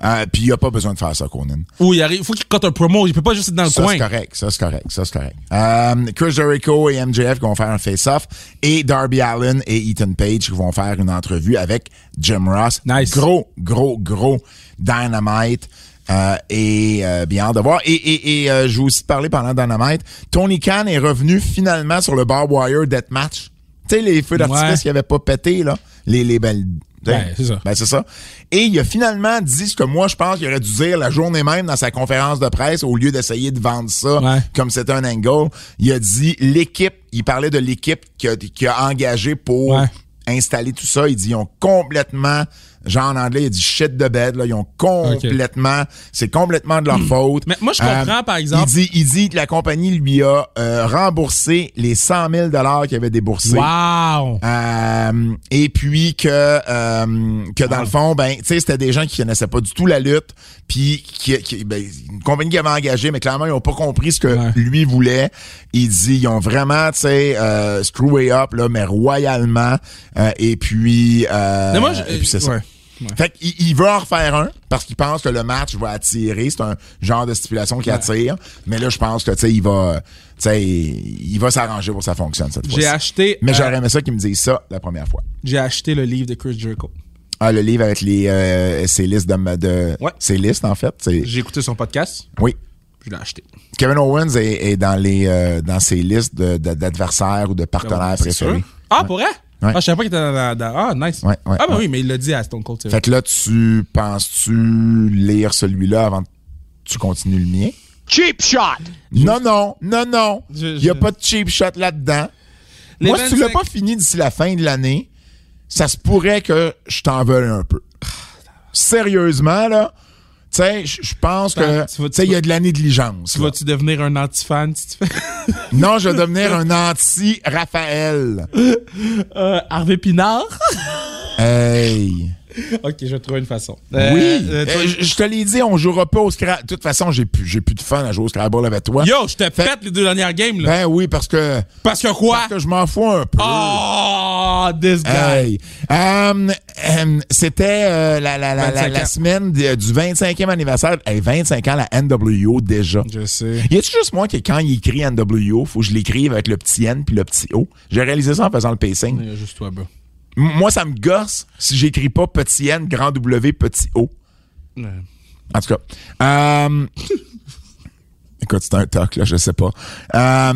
Speaker 2: Euh, Puis il n'y a pas besoin de faire ça, Conan.
Speaker 3: Ou il arrive, faut qu'il cote un promo. Il peut pas juste être dans le
Speaker 2: Ça,
Speaker 3: coin.
Speaker 2: c'est correct. Ça, c'est correct. Ça, c'est correct. Euh, Chris Jericho et MJF qui vont faire un face-off. Et Darby Allen et Ethan Page qui vont faire une entrevue avec Jim Ross.
Speaker 3: Nice.
Speaker 2: Gros, gros, gros Dynamite. Euh, et euh, bien hâte de voir. Et, et, et euh, je vous aussi parler pendant Dynamite. Tony Khan est revenu finalement sur le Bar Wire Deathmatch. Tu sais, les feux d'artifice
Speaker 3: Ouais.
Speaker 2: qui n'avaient pas pété, là. Les, les belles. tu sais.
Speaker 3: Ben, c'est ça.
Speaker 2: Ben, c'est ça. Et il a finalement dit ce que moi, je pense qu'il aurait dû dire la journée même dans sa conférence de presse, au lieu d'essayer de vendre ça
Speaker 3: Ouais.
Speaker 2: comme c'était un angle. Il a dit l'équipe, il parlait de l'équipe qui a, qui a engagé pour
Speaker 3: Ouais.
Speaker 2: installer tout ça. Il dit, ils ont complètement, genre en anglais, il dit shit de bed, là, ils ont complètement, c'est complètement de leur faute. Euh,
Speaker 3: Mais moi, je comprends, par exemple-
Speaker 2: Il dit, il dit que la compagnie lui a euh, remboursé les 100 000 qu'il avait déboursés.
Speaker 3: Wow!
Speaker 2: Euh, et puis que euh, que
Speaker 3: Ah.
Speaker 2: dans le fond ben tu sais c'était des gens qui connaissaient pas du tout la lutte puis qui, qui- ben, une compagnie qui avait engagé mais clairement ils ont pas compris ce que
Speaker 3: Ouais.
Speaker 2: lui voulait il dit ils ont vraiment tu sais euh, screwé up là mais royalement Euh, et puis euh,
Speaker 3: Mais moi, je-
Speaker 2: et puis c'est ça
Speaker 3: ouais.
Speaker 2: fait qu'il il veut en refaire un parce qu'il pense que le match va attirer. C'est un genre de stipulation qui attire. Mais là, je pense que tu sais, il va, tu sais, il va s'arranger pour que ça fonctionne cette fois.
Speaker 3: J'ai acheté,
Speaker 2: Mais
Speaker 3: euh,
Speaker 2: j'aurais aimé ça qu'il me dise ça la première fois.
Speaker 3: J'ai acheté le livre de Chris Jericho.
Speaker 2: Ah, le livre avec les euh, ses listes de, de
Speaker 3: Ouais.
Speaker 2: ses listes en fait. c'est-
Speaker 3: J'ai écouté son podcast,
Speaker 2: Oui.
Speaker 3: je l'ai acheté.
Speaker 2: Kevin Owens est, est dans les euh, dans ses listes de- de- d'adversaires ou de partenaires
Speaker 3: Ben C'est
Speaker 2: préférés.
Speaker 3: sûr? Ah, pour vrai?
Speaker 2: Ouais.
Speaker 3: Ah, je savais pas qu'il était dans, dans- Ah, nice.
Speaker 2: Ouais, ouais,
Speaker 3: ah, ben
Speaker 2: ouais.
Speaker 3: oui, mais il l'a dit à Stone Cold. c'est vrai.
Speaker 2: Fait que là, tu penses-tu lire celui-là avant que tu continues le mien?
Speaker 1: Cheap shot.
Speaker 2: Non, non, non, non.
Speaker 3: Je-
Speaker 2: Il n'y a
Speaker 3: je-
Speaker 2: pas de cheap shot là-dedans.
Speaker 3: Les
Speaker 2: Moi, si tu l'as
Speaker 3: 25
Speaker 2: pas fini d'ici la fin de l'année, ça se pourrait que je t'en veuille un peu. Sérieusement, là, tu sais, je je pense que,
Speaker 3: Ben, tu
Speaker 2: tu
Speaker 3: vas-
Speaker 2: sais, il y a de la négligence.
Speaker 3: Tu
Speaker 2: là.
Speaker 3: vas-tu devenir un anti-fan si tu fais.
Speaker 2: Non, je vais devenir un anti-Raphaël.
Speaker 3: Euh, Harvey Pinard?
Speaker 2: Hey.
Speaker 3: ok, je vais trouver une façon.
Speaker 2: oui.
Speaker 3: Euh, toi-
Speaker 2: Euh, je je te l'ai dit, on jouera pas au Scrabble. De toute façon, j'ai plus, j'ai plus de fun à jouer au Scrabble avec toi.
Speaker 3: Yo, je te pète les deux dernières games, là.
Speaker 2: Ben oui, parce que,
Speaker 3: Parce que quoi?
Speaker 2: parce que je m'en fous un
Speaker 3: Ah,
Speaker 2: peu.
Speaker 3: Oh, this guy.
Speaker 2: Hey. Hum, hum, C'était euh, la, la, la, la,
Speaker 3: 25
Speaker 2: la
Speaker 3: ans.
Speaker 2: semaine de- du 25e anniversaire. Hey, 25 ans, la NWO déjà.
Speaker 3: Je sais.
Speaker 2: Y a-tu juste moi que quand il écrit NWO, faut que je l'écrive avec le petit N puis le petit O? J'ai réalisé ça en faisant le pacing.
Speaker 3: Il y a juste toi, bro.
Speaker 2: M- Moi, ça me gosse si j'écris pas petit N, grand W, petit O. En tout cas. Euh, écoute, c'est un toc, là, je sais pas. Euh,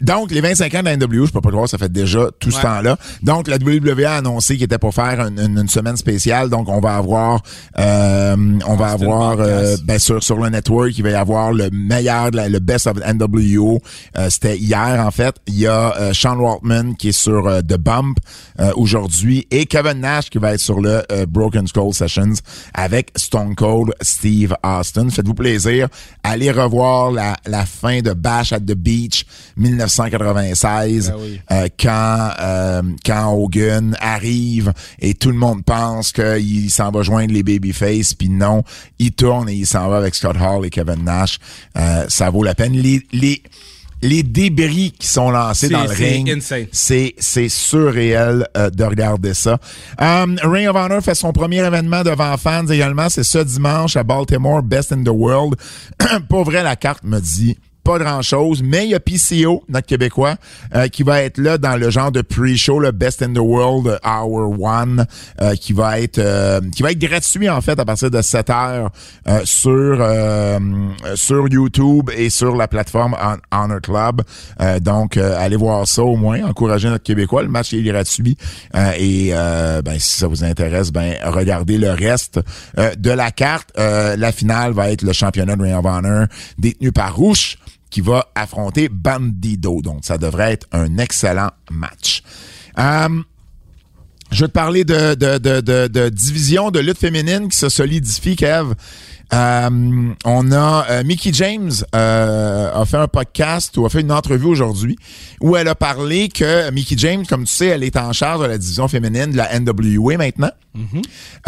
Speaker 2: donc, les 25 ans de la NWO, je peux pas le voir, ça fait déjà tout ce
Speaker 3: Ouais.
Speaker 2: temps-là. Donc, la WWE a annoncé qu'il était pour faire une, une- une semaine spéciale. Donc, on va avoir, euh, on va
Speaker 3: c'était le
Speaker 2: avoir,
Speaker 3: podcast.
Speaker 2: euh, bien sûr, sur le network, il va y avoir le meilleur, de la- le best of NWO. Euh, C'était hier, en fait. Il y a euh, Sean Waltman qui est sur euh, The Bump euh, aujourd'hui et Kevin Nash qui va être sur le euh, Broken Skull Sessions avec Stone Cold Steve Austin. Faites-vous plaisir. Allez revoir la, la fin de Bash at the Beach 1996
Speaker 3: Ben oui.
Speaker 2: euh, quand euh, quand Hogan arrive et tout le monde pense qu'il s'en va joindre les babyface puis non il tourne et il s'en va avec Scott Hall et Kevin Nash Euh, ça vaut la peine les les les débris qui sont lancés
Speaker 3: C'est-
Speaker 2: dans le
Speaker 3: c'est
Speaker 2: ring
Speaker 3: insane.
Speaker 2: c'est c'est surréel euh, de regarder ça. Euh, Ring of Honor fait son premier événement devant fans également. C'est ce dimanche à Baltimore, Best in the World. Pour vrai, la carte me dit pas grand-chose, mais il y a PCO, notre Québécois, euh, qui va être là dans le genre de pre-show, le Best in the World Hour One, euh, qui va être euh, qui va être gratuit en fait à partir de 7 heures euh, sur euh, sur YouTube et sur la plateforme Hon- Honor Club. Euh, donc, euh, allez voir ça au moins, encouragez notre Québécois. Le match est gratuit. Euh, et euh, ben, si ça vous intéresse, ben regardez le reste euh, de la carte. Euh, la finale va être le championnat de Ring of Honor détenu par Rouge qui va affronter Bandido. Donc, ça devrait être un excellent match. Euh, je veux te parler de, de, de, de, de division de lutte féminine qui se solidifie, Kev. Euh, on a euh, Mickey James euh, a fait un podcast ou a fait une entrevue aujourd'hui où elle a parlé que Mickey James, comme tu sais, elle est en charge de la division féminine de la NWA maintenant.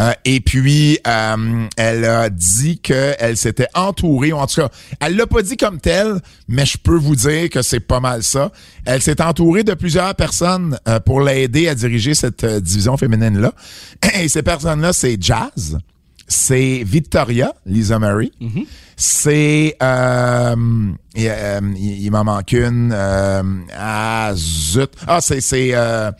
Speaker 2: Euh, et puis euh, elle a dit qu'elle s'était entourée, ou en tout cas, elle l'a pas dit comme telle, mais je peux vous dire que c'est pas mal ça. Elle s'est entourée de plusieurs personnes euh, pour l'aider à diriger cette euh, division féminine là. Et ces personnes là, c'est Jazz c'est Victoria, Lisa Mary. C'est... euh, il euh, il- il m'en manque une. euh, ah, zut. Ah, c'est... c'est euh,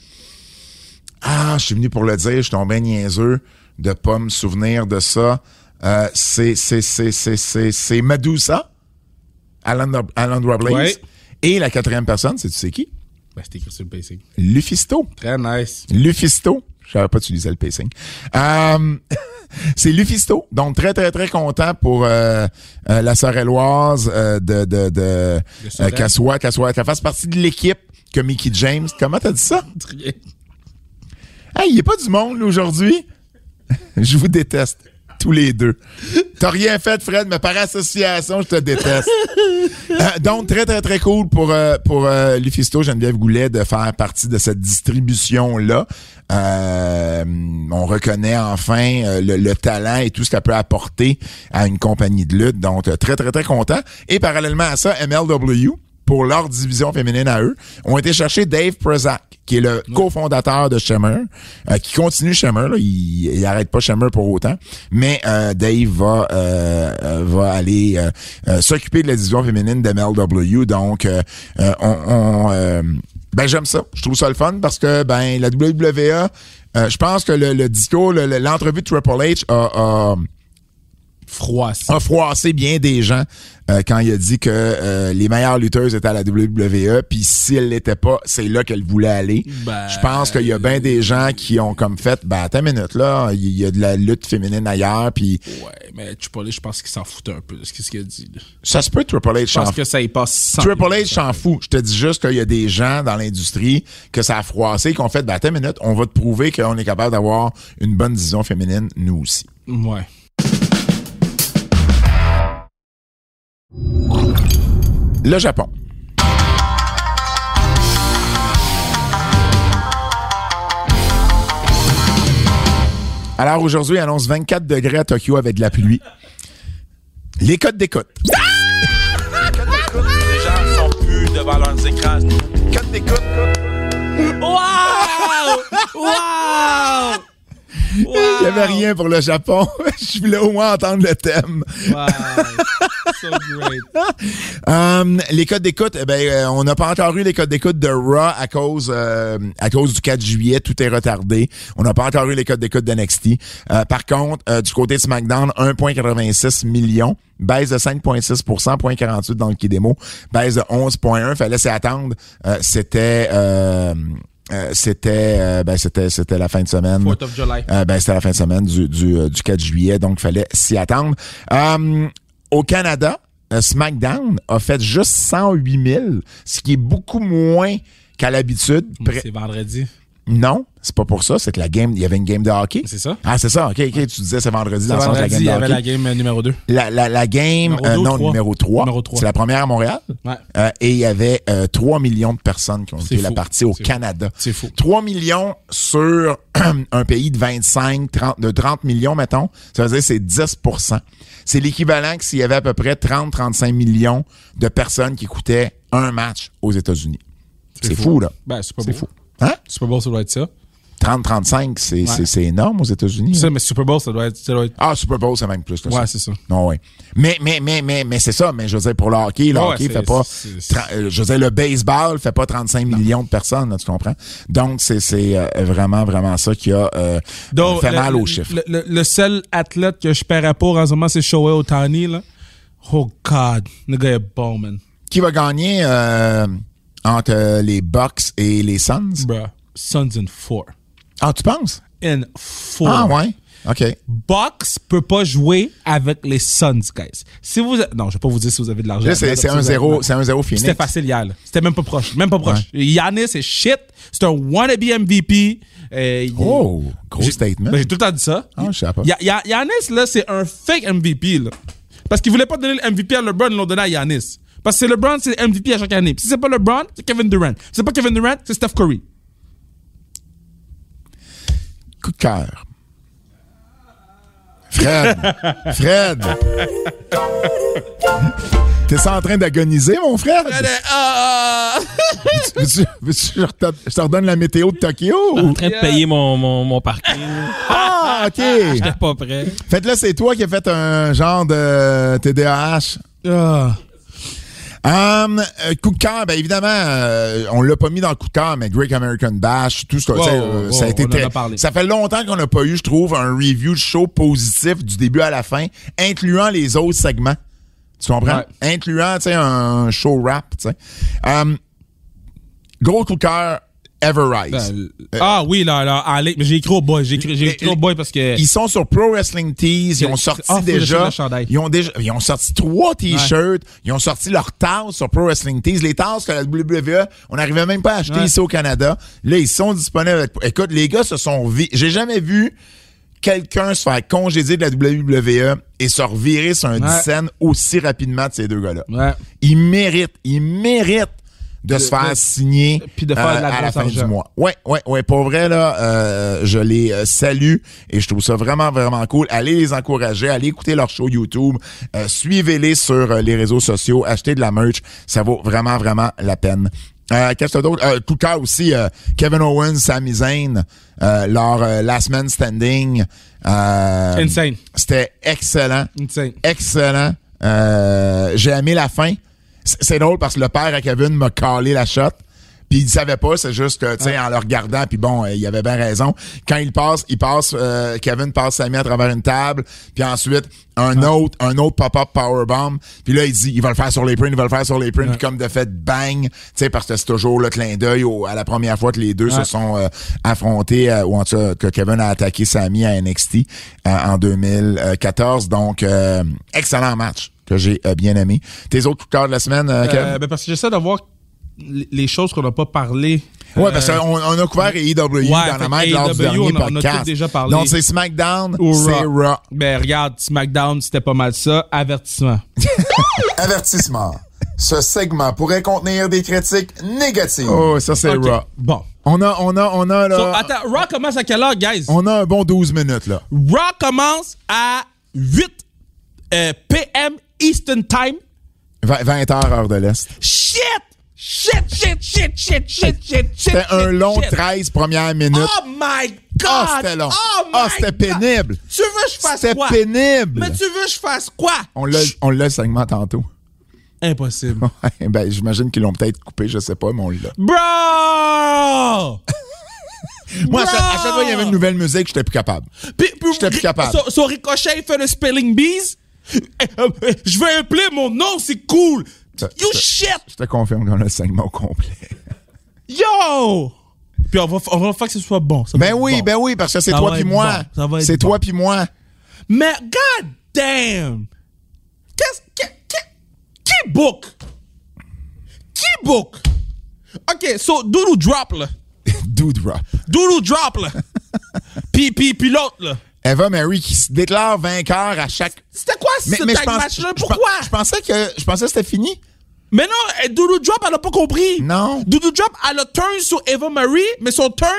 Speaker 2: ah, je suis venu pour le dire, je suis tombé niaiseux de pas me souvenir de ça. Euh, c'est, c'est, c'est, c'est, c'est, c'est Medusa, Alan, Alan Robles.
Speaker 3: Ouais.
Speaker 2: Et la quatrième personne, c'est tu sais qui?
Speaker 3: Ben, c'était écrit sur le basic.
Speaker 2: Lufisto.
Speaker 3: Très nice.
Speaker 2: Lufisto. Je savais pas que tu lisais le pacing. Euh, c'est Lufisto. Donc, très, très, très content pour euh, euh, la sœur Éloise euh, de, de, de
Speaker 3: De Sorel.
Speaker 2: euh, qu'elle soit, qu'elle soit, qu'elle fasse partie de l'équipe que Mickey James. Comment t'as dit ça? Hey, il n'y a pas du monde là, aujourd'hui. je vous déteste. Tous les deux. T'as rien fait, Fred, mais par association, je te déteste. Euh, donc, très, très, très cool pour, euh, pour euh, Lufisto, Geneviève Goulet, de faire partie de cette distribution-là. Euh, on reconnaît enfin euh, le, le talent et tout ce qu'elle peut apporter à une compagnie de lutte. Donc, euh, très, très, très content. Et parallèlement à ça, MLW, pour leur division féminine à eux, ont été chercher Dave Prezak, qui est le cofondateur de Shimmer, euh, qui continue Shimmer. Là, il, il arrête pas Shimmer pour autant. Mais euh, Dave va, euh, euh, va aller euh, euh, s'occuper de la division féminine de MLW. Donc, euh, euh, on... on, euh, ben j'aime ça, je trouve ça le fun parce que ben la WWE, euh, je pense que le, le discours, le- le- l'entrevue de Triple H a- a
Speaker 3: Froid.
Speaker 2: a froissé bien des gens euh, quand il a dit que euh, les meilleures lutteuses étaient à la WWE, puis si elle l'était pas, c'est là qu'elle voulait aller.
Speaker 3: Ben,
Speaker 2: Je pense qu'il y a bien des gens qui ont comme fait, ben attends une minute là, il y a de la lutte féminine ailleurs, puis
Speaker 3: Ouais, mais Chipotle, je pense qu'il s'en foutait un peu de ce qu'il- ce qu'il a dit. là.
Speaker 2: ça se peut Triple H
Speaker 3: Je
Speaker 2: s'en
Speaker 3: pense que ça y passe sans.
Speaker 2: Triple H s'en fout. Je te dis juste qu'il y a des gens dans l'industrie que ça a froissé, qu'on fait, ben attends une minute, on va te prouver qu'on est capable d'avoir une bonne vision féminine, nous aussi.
Speaker 3: Ouais.
Speaker 2: Le Japon. Alors aujourd'hui, annonce 24 degrés à Tokyo avec de la pluie. Les codes d'écoute.
Speaker 1: Les gens sont plus devant leurs écrans.
Speaker 2: Codes d'écoute.
Speaker 3: Wow! wow!
Speaker 2: Il n'y avait rien pour le Japon. Je voulais au moins entendre le thème.
Speaker 3: Wow! so great.
Speaker 2: Euh, les codes d'écoute, eh ben, euh, on n'a pas encore eu les codes d'écoute de Raw à cause euh, à cause du 4 juillet, tout est retardé. On n'a pas encore eu les codes d'écoute d'NXT. Euh, par contre, euh, du côté de SmackDown, 1,86 million, baisse de 5,6 0,48 dans le qui démo, baisse de 11,1. Fallait s'y attendre. Euh, c'était euh, euh, c'était euh, ben, c'était c'était la fin de semaine.
Speaker 3: 4th of July.
Speaker 2: Euh, ben, c'était la fin de semaine du, du, euh, du 4 juillet, donc fallait s'y attendre. Euh, au Canada, euh, SmackDown a fait juste 108 000, ce qui est beaucoup moins qu'à l'habitude. Pré-
Speaker 3: C'est vendredi.
Speaker 2: Non, c'est pas pour ça, c'est que la game, il y avait une game de hockey.
Speaker 3: C'est ça.
Speaker 2: Ah, c'est ça, ok, ok, tu disais c'est vendredi dans le sens de la
Speaker 3: Vendredi,
Speaker 2: game
Speaker 3: il y
Speaker 2: de
Speaker 3: avait
Speaker 2: hockey.
Speaker 3: la game euh, numéro 2.
Speaker 2: La, la, la game,
Speaker 3: Numéro
Speaker 2: euh,
Speaker 3: deux ou
Speaker 2: non,
Speaker 3: trois?
Speaker 2: numéro 3.
Speaker 3: Numéro trois.
Speaker 2: C'est la première à Montréal.
Speaker 3: Ouais.
Speaker 2: Euh, et il y avait euh, 3 millions de personnes qui ont
Speaker 3: C'est
Speaker 2: été la
Speaker 3: fou.
Speaker 2: partie au
Speaker 3: C'est fou.
Speaker 2: Canada.
Speaker 3: C'est fou.
Speaker 2: 3 millions sur un pays de 25, 30, de 30 millions, mettons, ça veut dire que c'est 10 C'est l'équivalent que s'il y avait à peu près 30-35 millions de personnes qui écoutaient un match aux États-Unis. C'est fou. là.
Speaker 3: Ben, c'est pas
Speaker 2: C'est
Speaker 3: beau.
Speaker 2: fou. Hein?
Speaker 3: Super Bowl, ça doit être ça.
Speaker 2: 30-35, c'est c'est- c'est énorme aux États-Unis.
Speaker 3: Ça,
Speaker 2: hein.
Speaker 3: mais Super Bowl, ça doit être. Ça doit être...
Speaker 2: Ah, Super Bowl, c'est même plus que ça.
Speaker 3: Ouais, c'est ça.
Speaker 2: Non, oui. Mais, mais, mais, mais, mais c'est ça. Mais je veux dire, pour le hockey, le
Speaker 3: Ouais,
Speaker 2: hockey
Speaker 3: c'est-
Speaker 2: fait pas.
Speaker 3: c'est- c'est-
Speaker 2: tra- euh, Je veux dire, le baseball fait pas 35 millions de personnes, là, tu comprends? Donc, c'est c'est, euh, vraiment, vraiment ça qui a euh,
Speaker 3: Donc,
Speaker 2: fait
Speaker 3: le-
Speaker 2: mal
Speaker 3: le-
Speaker 2: aux chiffres.
Speaker 3: Le, le- le seul athlète que je paierais pour en ce moment, c'est Shohei Otani. Là. Oh God, le gars est bon, man.
Speaker 2: Qui va gagner euh, entre euh, les Bucks et les Suns?
Speaker 3: Bruh. Suns in four.
Speaker 2: Ah, tu penses?
Speaker 3: In four.
Speaker 2: Ah, ouais? OK.
Speaker 3: Box peut pas jouer avec les Suns, guys. Si vous, non, je vais pas vous dire si vous avez de l'argent.
Speaker 2: Là, c'est
Speaker 3: Merde,
Speaker 2: c'est
Speaker 3: si vous avez-
Speaker 2: 1-0 c'est 1-0 Phoenix.
Speaker 3: C'était facile hier. là. C'était même pas proche. Même pas proche. Yannis est shit. C'est un wannabe MVP. Euh, il-
Speaker 2: Oh, gros
Speaker 3: J'ai-
Speaker 2: statement.
Speaker 3: ben, J'ai tout le temps dit ça.
Speaker 2: Ah, je savais pas.
Speaker 3: Ya- Ya- Yannis, là, c'est un fake MVP. Là. Parce qu'ils voulaient pas donner le MVP à LeBron, ils l'ont donné à Yannis. Parce que c'est LeBron, c'est MVP à chaque année. Puis Si c'est pas LeBron, c'est Kevin Durant. Si c'est pas Kevin Durant, c'est Steph Curry.
Speaker 2: Coup de cœur. Fred. Fred. T'es ça en train d'agoniser, mon frère? Ah. Veux-tu- veux-tu que je te- je te redonne la météo de Tokyo?
Speaker 4: en
Speaker 2: ou-
Speaker 4: train de payer mon, mon, mon parking.
Speaker 2: Ah, OK.
Speaker 4: J'étais pas prêt.
Speaker 2: Faites-le, c'est toi qui as fait un genre de TDAH. Hum, euh, coup de cœur, ben évidemment, euh, on l'a pas mis dans le coup de cœur, mais Great American Bash, tout ça,
Speaker 3: Wow,
Speaker 2: ça, euh,
Speaker 3: wow,
Speaker 2: ça a été
Speaker 3: on en
Speaker 2: très-
Speaker 3: a parlé.
Speaker 2: Ça fait longtemps qu'on n'a pas eu, je trouve, un review de show positif du début à la fin, incluant les autres segments. Tu comprends? Incluant, tu sais, un show rap, tu sais. Hum, gros coup de cœur, Ever Rise.
Speaker 3: ah oui, là, là, allez, mais j'ai écrit au boy. J'ai écrit, j'ai écrit au boy parce que.
Speaker 2: Ils sont sur Pro Wrestling Tees. Ils ont
Speaker 3: Ah,
Speaker 2: sorti
Speaker 3: faut que j'achète
Speaker 2: déjà.
Speaker 3: le chandail.
Speaker 2: Ils ont déjà. Ils ont sorti trois t-shirts. Ils ont sorti leurs tasses sur Pro Wrestling Tees. Les tasses que la WWE, on n'arrivait même pas à acheter
Speaker 3: Ouais.
Speaker 2: ici au Canada. Là, ils sont disponibles. avec- Écoute, les gars se sont. vi- J'ai jamais vu quelqu'un se faire congédier de la WWE et se revirer sur un 10 scènes aussi rapidement de ces deux gars-là.
Speaker 3: Ouais.
Speaker 2: Ils méritent. Ils méritent de, se faire signer euh,
Speaker 3: puis de faire de la
Speaker 2: à la
Speaker 3: grosse
Speaker 2: fin du
Speaker 3: argent.
Speaker 2: mois. Ouais, ouais, ouais. Pour vrai, là, euh, je les euh, salue et je trouve ça vraiment, vraiment cool. Allez les encourager, allez écouter leur show YouTube, euh, suivez-les sur euh, les réseaux sociaux, achetez de la merch. Ça vaut vraiment, vraiment la peine. Euh, Qu'est-ce que d'autre? Euh, tout le cas aussi, euh, Kevin Owens, Sami Zayn, euh, leur euh, Last Man Standing. euh,
Speaker 3: Insane.
Speaker 2: C'était excellent
Speaker 3: Insane.
Speaker 2: excellent. Euh, J'ai aimé la fin. C- C'est drôle parce que le père à Kevin m'a calé la shot. Puis il savait pas, c'est juste que, tu sais, en le regardant, puis bon, euh, il avait bien raison. Quand il passe, il passe, euh, Kevin passe sa main à travers une table, puis ensuite, un autre, un autre pop-up powerbomb. Puis là, il dit, il va le faire sur les prints, il va le faire sur les prints, puis comme de fait, bang, tu sais, parce que c'est toujours le clin d'œil au- à la première fois que les deux se sont euh, affrontés, euh, ou en tout cas, que Kevin a attaqué Sami à NXT euh, en 2014. Donc, euh, excellent match que j'ai euh, bien aimé. Tes autres coups de cœur de la semaine, euh, Kev?
Speaker 3: Euh, ben, parce que j'essaie de voir les les choses qu'on n'a pas parlé.
Speaker 2: Ouais, parce
Speaker 3: Euh,
Speaker 2: qu'on on a couvert AEW dans
Speaker 3: fait
Speaker 2: la main lors du
Speaker 3: AEW,
Speaker 2: dernier
Speaker 3: on en a tout
Speaker 2: podcast.
Speaker 3: déjà parlé.
Speaker 2: Donc, c'est SmackDown,
Speaker 3: Ou
Speaker 2: c'est
Speaker 3: Raw.
Speaker 2: Raw.
Speaker 3: Ben, regarde, SmackDown, c'était pas mal ça. Avertissement.
Speaker 2: Avertissement. Ce segment pourrait contenir des critiques négatives. Oh, ça, c'est
Speaker 3: Ok,
Speaker 2: Raw. Euh,
Speaker 3: Bon.
Speaker 2: On a, on a, on a, là,
Speaker 3: So, attends, Raw commence à quelle heure, guys?
Speaker 2: on a un bon 12 minutes, là.
Speaker 3: Raw commence à 8 euh, PM Eastern Time.
Speaker 2: 20, heures, heure de l'Est.
Speaker 3: Shit! Shit, shit, shit, shit, shit, shit, shit.
Speaker 2: C'était un
Speaker 3: shit,
Speaker 2: long
Speaker 3: shit.
Speaker 2: 13 premières minutes.
Speaker 3: Oh my God!
Speaker 2: Ah, c'était long.
Speaker 3: Oh
Speaker 2: Ah,
Speaker 3: my
Speaker 2: c'était
Speaker 3: God.
Speaker 2: pénible.
Speaker 3: Tu veux que je fasse
Speaker 2: C'était
Speaker 3: quoi?
Speaker 2: pénible.
Speaker 3: Mais tu veux que je fasse quoi?
Speaker 2: On l'a, on l'a le segment tantôt.
Speaker 3: Impossible.
Speaker 2: Ouais, ben, j'imagine qu'ils l'ont peut-être coupé, je sais pas, mais on l'a.
Speaker 3: Bro!
Speaker 2: Moi, à chaque,
Speaker 3: Bro!
Speaker 2: à chaque fois, il y avait une nouvelle musique, j'étais plus capable.
Speaker 3: Puis- puis-
Speaker 2: J'étais plus capable.
Speaker 3: So, so Ricochet il fait le spelling bees. Eh, euh, eh, Je vais appeler mon nom, c'est cool.
Speaker 2: Ça-
Speaker 3: You
Speaker 2: ça-
Speaker 3: shit!
Speaker 2: Je te confirme qu'on a le segment au complet.
Speaker 3: Yo! Puis on va, on va faire que ce soit bon. ça va
Speaker 2: Ben
Speaker 3: être
Speaker 2: oui,
Speaker 3: bon.
Speaker 2: ben oui, parce que c'est
Speaker 3: Ça
Speaker 2: toi
Speaker 3: va
Speaker 2: puis
Speaker 3: être
Speaker 2: moi.
Speaker 3: bon, ça va être
Speaker 2: C'est
Speaker 3: bon.
Speaker 2: toi puis moi.
Speaker 3: Mais god damn! Qu'est-ce que. Qui, qui book? Qui book? Ok, so Doodoo Drop là.
Speaker 2: Dude Rap.
Speaker 3: Doodoo Drop là. puis, puis, puis l'autre là.
Speaker 2: Eva Mary qui se déclare vainqueur à chaque.
Speaker 3: C'était quoi ce tag
Speaker 2: pense-
Speaker 3: match là?
Speaker 2: je
Speaker 3: Pourquoi?
Speaker 2: pen- Je pensais que je pensais que c'était fini.
Speaker 3: Mais non, eh, Doodoo Drop, elle a pas compris.
Speaker 2: Non.
Speaker 3: Doodoo Drop, elle a turn sur Eva Marie, mais son turn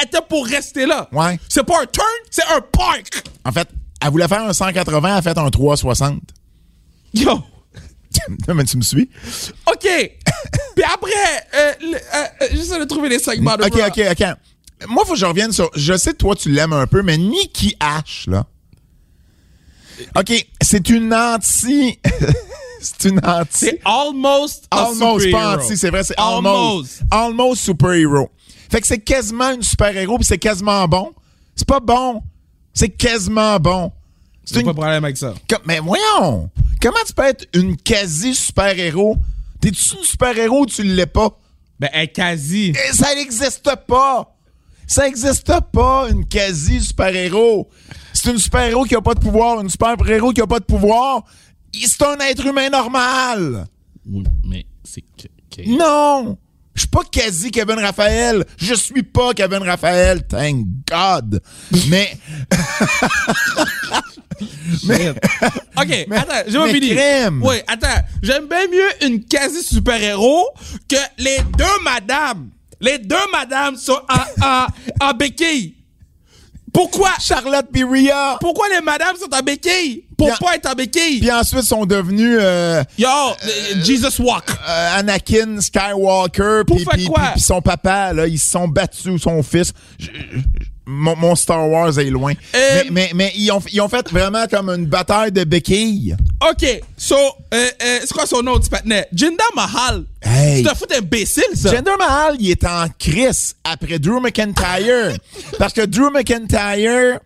Speaker 3: était pour rester là.
Speaker 2: Ouais.
Speaker 3: C'est pas un turn, c'est un park.
Speaker 2: En fait, elle voulait faire un 180, elle a fait un 360.
Speaker 3: Yo.
Speaker 2: Non, mais tu me suis.
Speaker 3: OK. Puis après, euh, le- euh, euh, j'essaie de trouver les segments de
Speaker 2: Ok,
Speaker 3: Raw.
Speaker 2: ok, ok. Moi, faut que je revienne sur. Je sais que toi, tu l'aimes un peu, mais Nikki H, là. Ok, c'est une anti. c'est une anti.
Speaker 3: C'est almost a
Speaker 2: Almost, pas
Speaker 3: superhero.
Speaker 2: anti, c'est vrai, c'est almost. Almost, super héros. Fait que c'est quasiment une super héros, puis c'est quasiment bon. C'est pas bon. C'est quasiment bon. C'est
Speaker 3: J'ai
Speaker 2: une.
Speaker 3: pas de problème avec ça.
Speaker 2: Com- Mais voyons! Comment tu peux être une quasi super héros? T'es-tu une super héros ou tu l'es pas?
Speaker 3: Ben, elle est quasi.
Speaker 2: Et ça n'existe pas! Ça n'existe pas, une quasi-super-héros. C'est une super-héros qui a pas de pouvoir, une super-héros qui a pas de pouvoir. Il- C'est un être humain normal.
Speaker 5: Oui, mais c'est que. que-
Speaker 2: Non! Je suis pas quasi Kevin Raphaël. Je suis pas Kevin Raphaël. Thank God. Mais,
Speaker 3: OK, attends, j'ai pas
Speaker 2: mais
Speaker 3: fini.
Speaker 2: crème.
Speaker 3: Oui, attends. J'aime bien mieux une quasi-super-héros que les deux madames. Les deux madames sont en, en, en béquille. Pourquoi?
Speaker 2: Charlotte puis Rhea,
Speaker 3: Pourquoi les madames sont en béquille? Pour
Speaker 2: Bien.
Speaker 3: pas être en béquille?
Speaker 2: puis ensuite sont devenus euh,
Speaker 3: Yo, euh, Jesus Walk.
Speaker 2: euh, Anakin Skywalker,
Speaker 3: Pour
Speaker 2: puis
Speaker 3: faire
Speaker 2: puis-
Speaker 3: quoi?
Speaker 2: puis- puis son papa, là, ils se sont battus, son fils. Je- je- mon, mon Star Wars est loin.
Speaker 3: Euh,
Speaker 2: mais mais, mais ils, ont, ils ont fait vraiment comme une bataille de béquilles.
Speaker 3: OK, so, euh, euh, c'est quoi son nom du patinet? Jinder Mahal.
Speaker 2: Hey.
Speaker 3: C'est un fou d'imbécile, ça.
Speaker 2: Jinder Mahal, il est en crise après Drew McIntyre. parce que Drew McIntyre,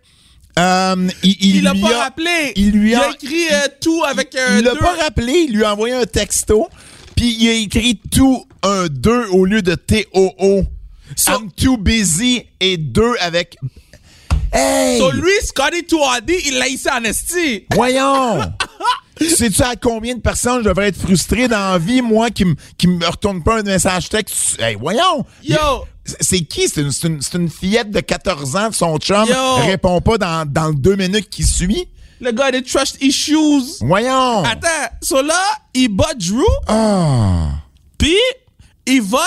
Speaker 2: euh, il, il
Speaker 3: il l'a
Speaker 2: lui
Speaker 3: pas
Speaker 2: a-
Speaker 3: rappelé.
Speaker 2: Il lui a,
Speaker 3: écrit euh, tout avec un
Speaker 2: il l'a
Speaker 3: deux.
Speaker 2: pas rappelé, il lui a envoyé un texto, puis il a écrit tout un 2 au lieu de T-O-O. I'm too busy et 2 avec... Hey!
Speaker 3: So, lui, Scotty Touardi, il l'a ici en esti.
Speaker 2: Voyons! Sais-tu à combien de personnes je devrais être frustré dans la vie, moi, qui me qui me retourne pas un message texte? Hey, voyons!
Speaker 3: Yo.
Speaker 2: C'est- C'est qui? C'est une, c'est une- c'est une fillette de 14 ans, son chum
Speaker 3: Yo.
Speaker 2: répond pas dans, dans le deux minutes qui suit.
Speaker 3: Le gars a des trust issues.
Speaker 2: Oh. Voyons!
Speaker 3: Attends, so là, il bat Drew,
Speaker 2: Ah!
Speaker 3: puis il vole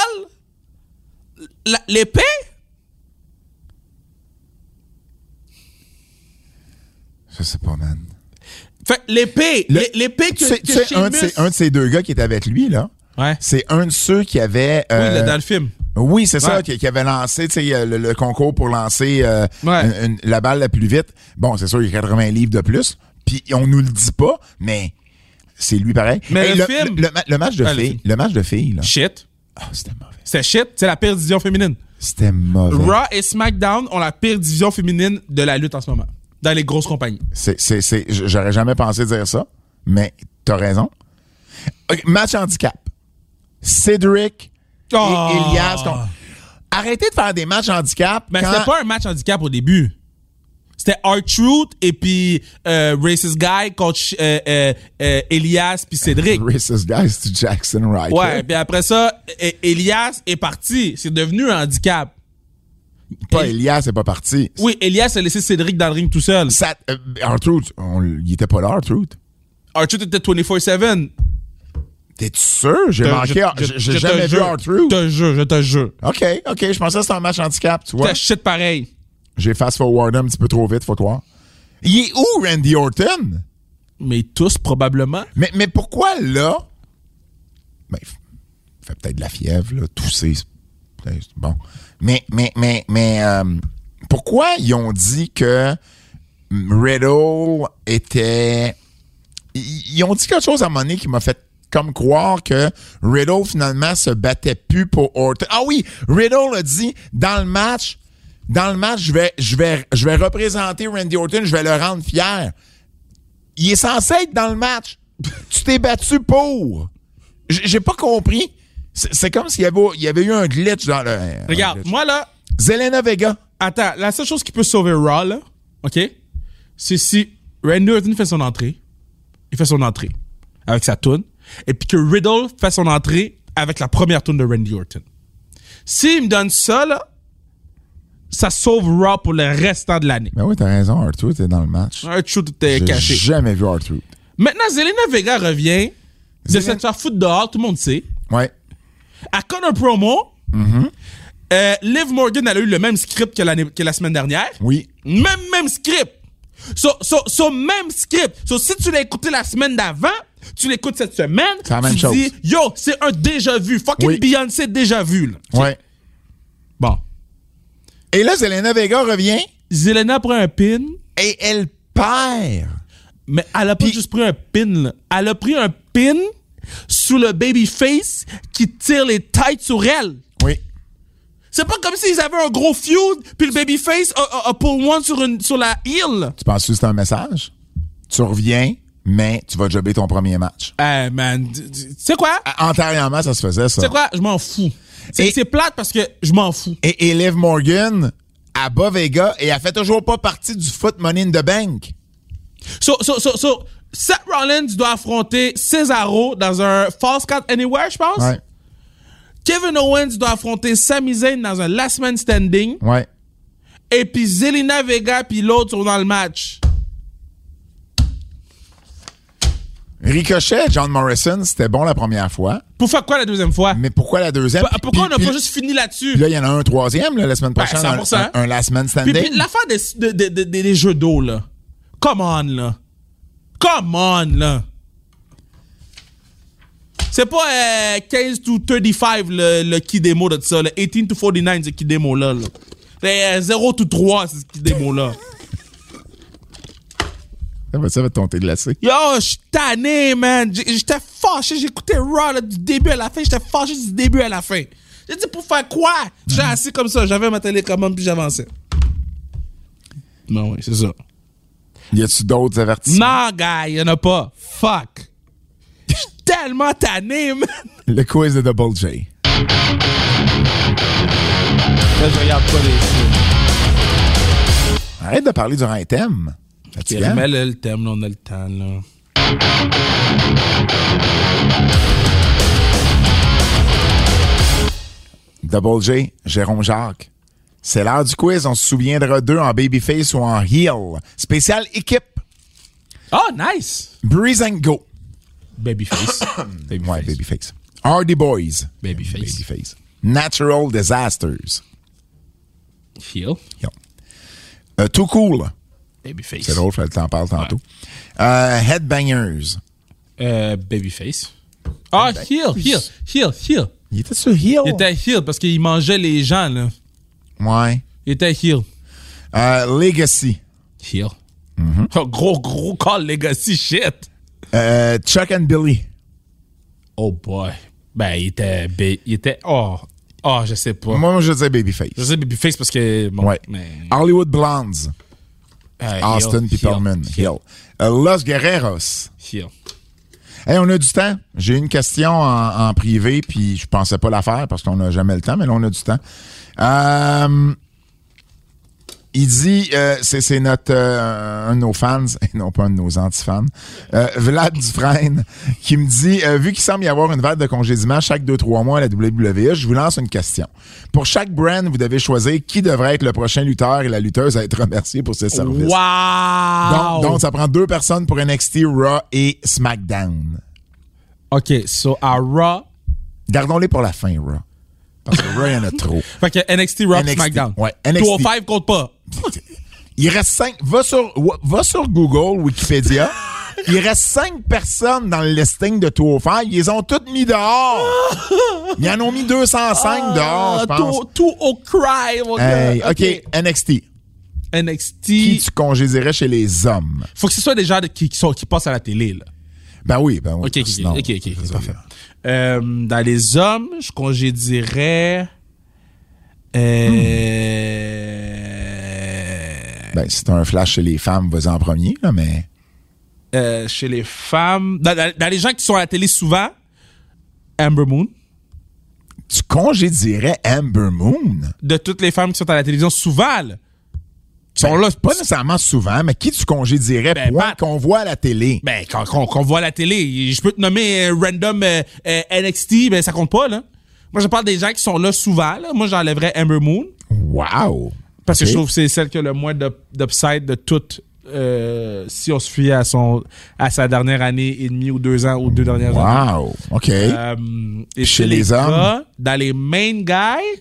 Speaker 3: la- l'épée.
Speaker 2: Je sais pas, man.
Speaker 3: Fait que l'épée,
Speaker 2: Le-
Speaker 3: l'é- l'épée que,
Speaker 2: Tu sais,
Speaker 3: que
Speaker 2: tu sais, un, de
Speaker 3: Sheamus-
Speaker 2: ces, un de ces deux gars qui est avec lui, là,
Speaker 3: Ouais.
Speaker 2: c'est un de ceux qui avait.
Speaker 3: Oui,
Speaker 2: euh,
Speaker 3: là, dans le film.
Speaker 2: oui, c'est ça,
Speaker 3: Ouais.
Speaker 2: qui, qui avait lancé tu sais, euh, le, le concours pour lancer euh,
Speaker 3: Ouais.
Speaker 2: une- une- la balle la plus vite. Bon, c'est sûr, il y a 80 livres de plus. Puis on nous le dit pas, mais c'est lui pareil.
Speaker 3: Mais le
Speaker 2: le,
Speaker 3: film-
Speaker 2: le, ma- le match de
Speaker 3: Ah, le
Speaker 2: filles.
Speaker 3: film.
Speaker 2: Le, match de filles, là.
Speaker 3: Shit.
Speaker 2: Ah, c'était mauvais.
Speaker 3: C'est shit. C'est la pire division féminine.
Speaker 2: C'était mauvais.
Speaker 3: Raw et SmackDown ont la pire division féminine de la lutte en ce moment. Dans les grosses compagnies.
Speaker 2: C'est, c'est, c'est- j- j'aurais jamais pensé dire ça, mais t'as raison. Ok, match handicap. Cédric
Speaker 3: Oh.
Speaker 2: et Elias. qu'on- Arrêtez de faire des matchs handicap.
Speaker 3: Mais
Speaker 2: quand-
Speaker 3: c'était pas un match handicap au début. C'était R-Truth et puis euh, Racist Guy contre euh, euh, euh, Elias puis Cédric.
Speaker 2: Racist guys, c'est Jackson Ryder.
Speaker 3: Ouais, puis après ça, E- Elias est parti. C'est devenu un handicap.
Speaker 2: Pas
Speaker 3: El-
Speaker 2: Elias, c'est pas parti.
Speaker 3: Oui, Elias a laissé Cédric dans le ring tout seul.
Speaker 2: Ça, euh, R-Truth, on- il était pas là, R-Truth.
Speaker 3: R-Truth était 24-7.
Speaker 2: T'es-tu sûr? J'ai manqué. R- Ah, J'ai, j'ai jamais vu
Speaker 3: Je
Speaker 2: R-Truth.
Speaker 3: te jure, je te jure.
Speaker 2: OK, OK, je pensais que c'était un match handicap, tu vois.
Speaker 3: C'était shit pareil.
Speaker 2: J'ai fast-forward un petit peu trop vite, faut croire. Il est où, Randy Orton?
Speaker 3: Mais tous, probablement.
Speaker 2: Mais, mais pourquoi là? Ben, il f- il fait peut-être de la fièvre, là, tousser. c'est- c'est Bon. Mais, mais, mais, mais, euh, pourquoi ils ont dit que Riddle était. Ils ils ont dit quelque chose à un moment donné qui m'a fait comme croire que Riddle finalement se battait plus pour Orton. Ah oui, Riddle a dit dans le match, dans le match, je vais, je vais, je vais représenter Randy Orton, je vais le rendre fier. Il est censé être dans le match. Tu t'es battu pour. J- J'ai pas compris. C'est c'est comme s'il y avait, il y avait eu un glitch dans le. un
Speaker 3: Regarde,
Speaker 2: glitch.
Speaker 3: moi là,
Speaker 2: Zelena Vega.
Speaker 3: Attends, la seule chose qui peut sauver Raw, là, OK, c'est si Randy Orton fait son entrée. Il fait son entrée avec sa toune. Et puis que Riddle fait son entrée avec la première toune de Randy Orton. S'il me donne ça, là, ça sauve Raw pour le restant de l'année.
Speaker 2: Ben oui, t'as raison, Arthur, t'es dans le match.
Speaker 3: Un shoot était
Speaker 2: J'ai
Speaker 3: caché.
Speaker 2: jamais vu Arthur.
Speaker 3: Maintenant, Zelina Vega revient de
Speaker 2: Zelena-
Speaker 3: se faire foutre dehors, tout le monde sait.
Speaker 2: Ouais.
Speaker 3: Elle colle un promo.
Speaker 2: Mm-hmm.
Speaker 3: Euh, Liv Morgan, elle a eu le même script que, l'année- que la semaine dernière.
Speaker 2: Oui.
Speaker 3: Même, même script. So, so, so, même script. So, si tu l'as écouté la semaine d'avant, tu l'écoutes cette semaine,
Speaker 2: C'est la même
Speaker 3: tu
Speaker 2: chose.
Speaker 3: dis, yo, c'est un déjà vu. Fucking
Speaker 2: Oui.
Speaker 3: Beyoncé déjà vu. là.
Speaker 2: Ouais.
Speaker 3: Bon.
Speaker 2: Et là, Zelena Vega revient
Speaker 3: Zelena prend un pin,
Speaker 2: et elle perd.
Speaker 3: mais elle a pas
Speaker 2: Puis-
Speaker 3: juste pris un pin, là. Elle a pris un pin sous le babyface qui tire les têtes sur elle.
Speaker 2: Oui.
Speaker 3: C'est pas comme s'ils avaient un gros feud, puis le babyface a, a, a pull one sur, une, sur la heel.
Speaker 2: Tu penses que c'est un message? Tu reviens, mais tu vas jobber ton premier match.
Speaker 3: Hey, man. Tu tu- tu sais quoi?
Speaker 2: À- Antérieurement, ça se faisait, ça.
Speaker 3: Tu sais quoi? Je m'en fous. C'est
Speaker 2: Et-
Speaker 3: c'est plate parce que je m'en fous.
Speaker 2: Et, et Liv Morgan à Bovega et elle fait toujours pas partie du foot Money in the Bank.
Speaker 3: So, so, so, so, Seth Rollins doit affronter Cesaro dans un False Count Anywhere, je pense.
Speaker 2: Ouais,
Speaker 3: Kevin Owens doit affronter Sami Zayn dans un Last Man Standing.
Speaker 2: ouais.
Speaker 3: Et puis Zelina Vega puis l'autre sont dans le match.
Speaker 2: Ricochet, John Morrison, c'était bon la première fois.
Speaker 3: Pour faire quoi la deuxième fois?
Speaker 2: Mais pourquoi la deuxième?
Speaker 3: P- Pourquoi
Speaker 2: Puis-
Speaker 3: on n'a
Speaker 2: puis-
Speaker 3: pas juste fini
Speaker 2: Puis
Speaker 3: là-dessus?
Speaker 2: là, il y en a un troisième là, la semaine
Speaker 3: Ben,
Speaker 2: prochaine. un-
Speaker 3: 100%.
Speaker 2: un, un last man
Speaker 3: Puis,
Speaker 2: standing.
Speaker 3: puis l'affaire des, de- de- de- des- des jeux d'eau, là. Come on, là. Come on, là. C'est pas euh, 15 to 35 le, le key démo de ça. Là. 18 to 49, ce key démo là. là. C'est euh, 0 to 3, c'est ce key démo là.
Speaker 2: Ça va, ça va te tenter glacé.
Speaker 3: Yo, je suis tanné, man. J- J'étais fâché. J'écoutais Raw là, du début à la fin. J'étais fâché du début à la fin. J'ai dit, pour faire quoi? J'étais assis comme ça. J'avais ma télécommande puis j'avançais. Non, oui, c'est ça.
Speaker 2: Y a-tu d'autres avertissements?
Speaker 3: Non, gars, y'en a pas. Fuck. J'suis tellement tanné, man.
Speaker 2: Le quiz de Double J.
Speaker 3: je regarde pas les
Speaker 2: Arrête de parler durant un thème. Fatigant.
Speaker 3: Mais là, le thème, là, on a le temps, là.
Speaker 2: Double J, Jérôme Jacques. C'est l'heure du quiz. On se souviendra d'eux en babyface ou en heel. Spécial équipe.
Speaker 3: Oh, nice.
Speaker 2: Breeze and Go.
Speaker 3: Babyface.
Speaker 2: Ouais, babyface. Hardy Boys.
Speaker 5: Babyface.
Speaker 2: Babyface. Natural Disasters.
Speaker 5: Heel.
Speaker 2: Yo. Euh, Too Cool.
Speaker 5: Babyface.
Speaker 2: C'est drôle, je t'en parle tantôt. Euh, Headbangers.
Speaker 5: Euh, babyface.
Speaker 3: Ah, heal, heal, heal, heal.
Speaker 2: Il était sur heel.
Speaker 3: Il était heal parce qu'il mangeait les gens, là.
Speaker 2: Ouais.
Speaker 3: Il était heal.
Speaker 2: Euh, Legacy.
Speaker 5: Heel.
Speaker 2: Mm-hmm.
Speaker 3: Oh, gros, gros call legacy shit.
Speaker 2: Euh, Chuck and Billy.
Speaker 5: Oh boy.
Speaker 3: Ben, il était. ba- Il était. Oh, oh je sais pas.
Speaker 2: Moi, je disais
Speaker 3: Je
Speaker 2: Babyface.
Speaker 3: sais Babyface parce que. Bon,
Speaker 2: Ouais.
Speaker 3: Mais,
Speaker 2: Hollywood Blondes.
Speaker 5: Euh,
Speaker 2: Austin
Speaker 5: heel,
Speaker 2: Peterman.
Speaker 5: heel,
Speaker 2: Hill. Euh, Los Guerreros.
Speaker 5: Heel.
Speaker 2: Hey, on a du temps. J'ai une question en, en privé, puis je pensais pas la faire parce qu'on n'a jamais le temps, mais là, on a du temps. Euh, il dit, euh, c'est c'est notre euh, un de nos fans, et non pas un de nos anti-fans, euh, Vlad Dufresne, qui me dit, euh, vu qu'il semble y avoir une vague de congédiement chaque 2-3 mois à la WWE, je vous lance une question. Pour chaque brand, vous devez choisir qui devrait être le prochain lutteur et la lutteuse à être remerciée pour ses services.
Speaker 3: Wow!
Speaker 2: Donc, donc, ça prend deux personnes pour NXT, Raw et SmackDown.
Speaker 3: OK, so à Raw.
Speaker 2: Gardons-les pour la fin, Raw. Parce que Raw, il y en a trop.
Speaker 3: Fait que NXT Raw
Speaker 2: NXT,
Speaker 3: SmackDown.
Speaker 2: ouais, NXT.
Speaker 3: 205 compte pas.
Speaker 2: Il reste cinq. Va sur, va sur Google, Wikipédia. Il reste cinq personnes dans le listing de Tour Ils les ont toutes mis dehors. Ils en ont mis 205
Speaker 3: Ah,
Speaker 2: dehors, je pense.
Speaker 3: Tout, tout au oh cry, mon gars.
Speaker 2: Hey, OK, NXT.
Speaker 3: NXT.
Speaker 2: Qui tu congédierais chez les hommes?
Speaker 3: Faut que ce soit des gens de- qui, qui, sont, qui passent à la télé, là.
Speaker 2: Ben oui, ben oui.
Speaker 3: OK, OK,
Speaker 2: sinon,
Speaker 3: OK, OK, OK,
Speaker 2: c'est parfait.
Speaker 3: Euh, dans les hommes, je congédierais. Euh,
Speaker 2: Ben, si t'as un flash chez les femmes, vas-y en premier, là, mais...
Speaker 3: euh, chez les femmes. Dans, dans- dans les gens qui sont à la télé souvent, Amber Moon.
Speaker 2: Tu congédierais Amber Moon?
Speaker 3: De toutes les femmes qui sont à la télévision souvent, là, qui sont
Speaker 2: Ben,
Speaker 3: là,
Speaker 2: Pas nécessairement souvent, mais qui tu congédierais
Speaker 3: Ben,
Speaker 2: point
Speaker 3: Matt.
Speaker 2: qu'on voit à la télé?
Speaker 3: Ben, quand, quand- quand on voit la télé, je peux te nommer euh, random euh, euh, NXT, ben ça compte pas, là. Moi, je parle des gens qui sont là souvent, là. Moi, j'enlèverais Amber Moon,
Speaker 2: Wow!
Speaker 3: parce
Speaker 2: Ok.
Speaker 3: que je trouve que c'est celle qui a le moins d'up- d'upside de toutes, euh, si on se fie à, son, à sa dernière année et demie ou deux ans ou deux dernières années.
Speaker 2: Wow! OK.
Speaker 3: Euh, et
Speaker 2: Chez les hommes.
Speaker 3: dans les main guys,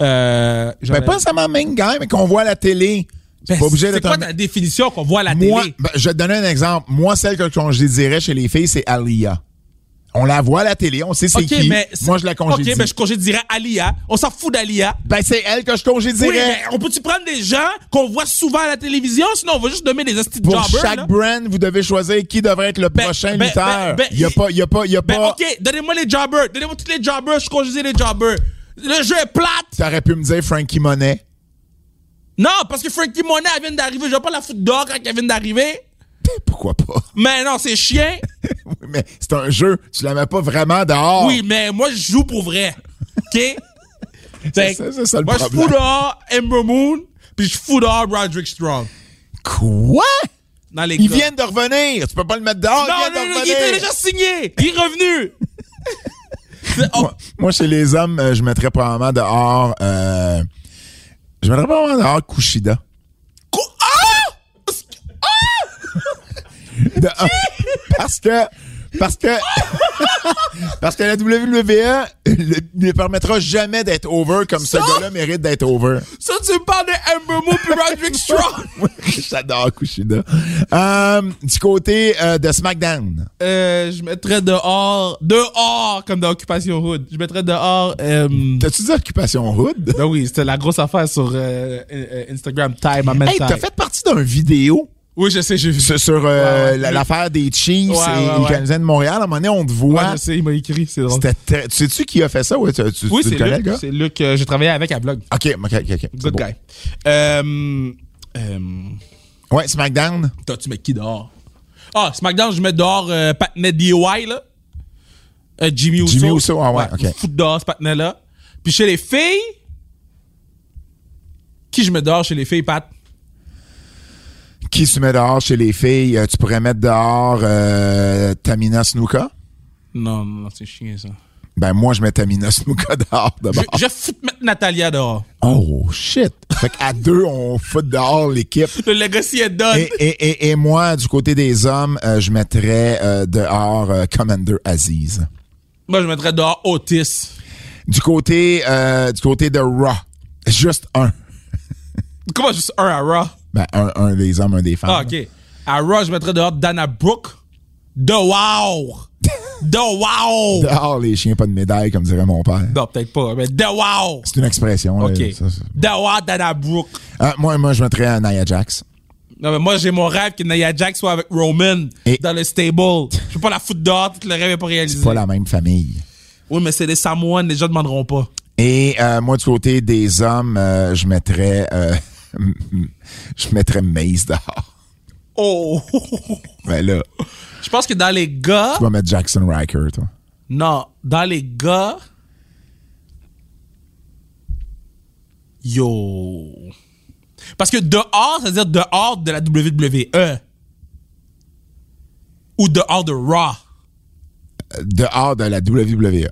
Speaker 3: euh,
Speaker 2: ben,
Speaker 3: j'aurais-
Speaker 2: pas nécessairement main guy, mais qu'on voit à la télé. C'est
Speaker 3: Ben,
Speaker 2: pas obligé
Speaker 3: c'est
Speaker 2: d'être
Speaker 3: quoi
Speaker 2: un-
Speaker 3: ta définition qu'on voit à la
Speaker 2: Moi,
Speaker 3: télé?
Speaker 2: ben, je vais te donner un exemple. Moi, celle que je congédierais chez les filles, c'est Alia. On la voit à la télé, on sait c'est
Speaker 3: Ok,
Speaker 2: qui.
Speaker 3: mais
Speaker 2: Moi, je la congédie.
Speaker 3: Ok, mais je congédierais Alia. On s'en fout d'Alia.
Speaker 2: Ben, c'est elle que je
Speaker 3: Oui,
Speaker 2: congédierais.
Speaker 3: mais on peut-tu prendre des gens qu'on voit souvent à la télévision? Sinon, on va juste nommer des hosties de
Speaker 2: Pour
Speaker 3: jobbers.
Speaker 2: chaque
Speaker 3: là.
Speaker 2: brand, vous devez choisir qui devrait être le
Speaker 3: Ben,
Speaker 2: prochain
Speaker 3: ben,
Speaker 2: lutteur.
Speaker 3: ben, ben,
Speaker 2: il n'y a pas, il y a pas, il y a
Speaker 3: Ben,
Speaker 2: pas.
Speaker 3: OK, donnez-moi les jobbers. Donnez-moi tous les jobbers. Je congédie les jobbers. Le jeu est plate.
Speaker 2: T'aurais pu me dire Frankie Monet.
Speaker 3: Non, parce que Frankie Monet, elle vient d'arriver. Je vais pas la foutre dehors quand elle vient d'arriver.
Speaker 2: Ben, Pourquoi pas?
Speaker 3: Mais non, c'est chien.
Speaker 2: Oui, mais c'est un jeu. Tu la mets pas vraiment dehors.
Speaker 3: Oui, mais moi, je joue pour vrai. OK? Fait
Speaker 2: ça-
Speaker 3: que
Speaker 2: c'est ça le
Speaker 3: Moi, je
Speaker 2: problème.
Speaker 3: fous dehors Ember Moon, puis je fous dehors Roderick Strong.
Speaker 2: Quoi?
Speaker 3: Dans les
Speaker 2: Ils
Speaker 3: gars.
Speaker 2: viennent de revenir. Tu peux pas le mettre dehors.
Speaker 3: Non,
Speaker 2: ils
Speaker 3: non,
Speaker 2: viennent de
Speaker 3: non, il était
Speaker 2: revenir.
Speaker 3: déjà signé. Il est revenu. C'est- oh,
Speaker 2: Moi, moi, chez les hommes, euh, je mettrais probablement dehors. euh, je mettrais probablement dehors Kushida.
Speaker 3: quoi? Ah!
Speaker 2: De- parce que. Parce que. parce que la WWE ne lui permettra jamais d'être over comme ce
Speaker 3: Ça?
Speaker 2: gars-là mérite d'être over.
Speaker 3: Ça, tu me parles de Ember Moon puis Roderick Strong.
Speaker 2: Moi, J'adore Kushida. Euh, du côté euh, de SmackDown.
Speaker 3: Euh, je mettrais dehors, dehors, comme dans Occupation Hood. Je mettrais dehors. Euh,
Speaker 2: T'as-tu dit Occupation Hood?
Speaker 3: ben oui, c'était la grosse affaire sur euh, euh, Instagram. Time, ma
Speaker 2: Hey, t'as fait partie d'un vidéo
Speaker 3: Oui, je sais, j'ai vu ça.
Speaker 2: sur, sur, euh,
Speaker 3: Ouais, ouais.
Speaker 2: la- l'affaire des Chiefs
Speaker 3: Ouais,
Speaker 2: et
Speaker 3: ouais,
Speaker 2: les
Speaker 3: ouais.
Speaker 2: Canadiens de Montréal. À un moment donné, on te
Speaker 3: Ouais,
Speaker 2: voit.
Speaker 3: je sais, il m'a écrit, c'est drôle.
Speaker 2: C'était très- Tu sais-tu qui a fait ça? Ouais, tu, tu-
Speaker 3: Oui,
Speaker 2: tu
Speaker 3: c'est
Speaker 2: le connais, le
Speaker 3: Luc.
Speaker 2: gars?
Speaker 3: C'est Luc, euh, j'ai travaillé avec à Blog.
Speaker 2: OK, OK, OK. ok. C'est
Speaker 3: Good
Speaker 2: bon.
Speaker 3: guy. Euh, euh,
Speaker 2: Ouais, SmackDown.
Speaker 3: Toi, tu mets qui dehors? Ah, SmackDown, je mets dehors euh, Patnet DIY, là. Euh, Jimmy Uso.
Speaker 2: Jimmy Uso, ah ouais, ok.
Speaker 3: Fout dehors ce Patnet-là. Puis chez les filles, qui je mets dehors chez les filles, Pat?
Speaker 2: Qui se met dehors chez les filles? Euh, Tu pourrais mettre dehors euh, Tamina Snuka.
Speaker 3: Non, non, non, c'est chiant, ça.
Speaker 2: Ben, moi, je mets Tamina Snuka dehors d'abord.
Speaker 3: Je, je fous de mettre Natalia dehors.
Speaker 2: Oh, shit! Fait qu'à deux, on fout dehors l'équipe.
Speaker 3: Le legacy est done.
Speaker 2: Et, et- et- et moi, du côté des hommes, euh, je mettrais euh, dehors euh, Commander Aziz.
Speaker 3: Moi, je mettrais dehors Otis.
Speaker 2: Du côté, euh, du côté de Raw, juste un.
Speaker 3: Comment juste un à Raw?
Speaker 2: Ben, un, un des hommes, un des femmes.
Speaker 3: Ah, OK. À Raw, je mettrais dehors Dana Brooke. De wow! De wow!
Speaker 2: Dehors les chiens, pas de médaille, comme dirait mon père.
Speaker 3: Non, peut-être pas, mais de wow!
Speaker 2: C'est une expression. là,
Speaker 3: OK.
Speaker 2: ça, ça.
Speaker 3: Dawa Dana Brooke.
Speaker 2: Ah, moi, moi, je mettrais euh, Nia Jax.
Speaker 3: Non, mais moi, j'ai mon rêve que Nia Jax soit avec Roman
Speaker 2: Et-
Speaker 3: dans le stable. Je peux pas la foutre dehors, tout le rêve est pas réalisé.
Speaker 2: Pas la même famille.
Speaker 3: Oui, mais c'est des Samoans, les gens demanderont pas.
Speaker 2: Et euh, moi, du côté des hommes, euh, je mettrais... euh, je mettrais Maze dehors.
Speaker 3: Oh!
Speaker 2: Ben là,
Speaker 3: Je pense que dans les gars.
Speaker 2: tu vas mettre Jackson Riker, toi.
Speaker 3: Non, dans les gars. Yo. Parce que dehors, c'est-à-dire dehors de la WWE. Ou dehors de Raw.
Speaker 2: Euh, Dehors de la E. WWE.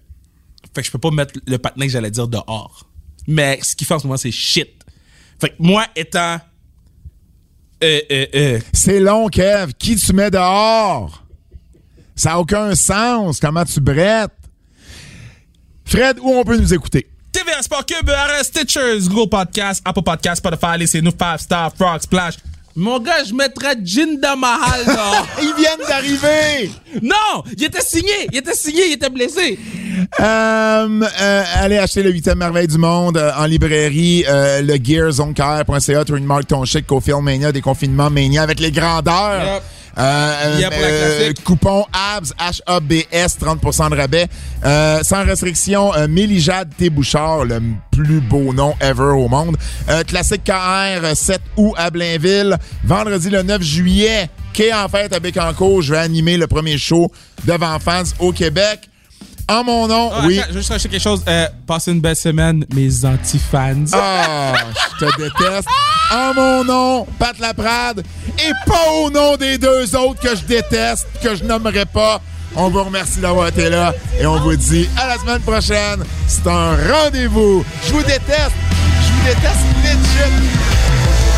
Speaker 3: Fait que je peux pas mettre le patin que j'allais dire dehors. Mais ce qu'il fait en ce moment, c'est shit. Fait que moi, étant. Euh, euh, euh,
Speaker 2: C'est long, Kev. Qui tu mets dehors? Ça n'a aucun sens. Comment tu brettes? Fred, où on peut nous écouter?
Speaker 3: TVA Sport Cube, RS Stitchers, Google Podcast, Apple Podcast, Spotify, laissez-nous 5 Star, Frog Splash. Mon gars, je mettrais Jinda Mahal dehors.
Speaker 2: Ils viennent d'arriver!
Speaker 3: non! Il était signé! Il était signé, il était blessé!
Speaker 2: Euh, euh, allez acheter le 8e merveille du monde euh, en librairie, euh, le gearzonecare.ca, tu marque ton chèque au film Mania, des confinements Mania avec les grandeurs.
Speaker 3: Yep.
Speaker 2: Euh,
Speaker 3: Yep, pour la classique.
Speaker 2: coupon ABS, H-A-B-S, 30% de rabais. Euh, sans restriction, euh, Mélijade T. Bouchard, le m- plus beau nom ever au monde. Euh, classique KR, euh, 7 août à Blainville. Vendredi le 9 juillet, Quai en fête à Bécancourt. Je vais animer le premier show devant fans au Québec. En mon nom,
Speaker 3: Ah,
Speaker 2: oui.
Speaker 3: attends, je vais juste rajouter quelque chose. Euh, passez une belle semaine, mes anti-fans.
Speaker 2: Ah, je te déteste. En mon nom, Pat Laprade, et pas au nom des deux autres que je déteste, que je nommerai pas. On vous remercie d'avoir été là et on vous dit à la semaine prochaine. C'est un rendez-vous. Je vous déteste. Je vous déteste legit.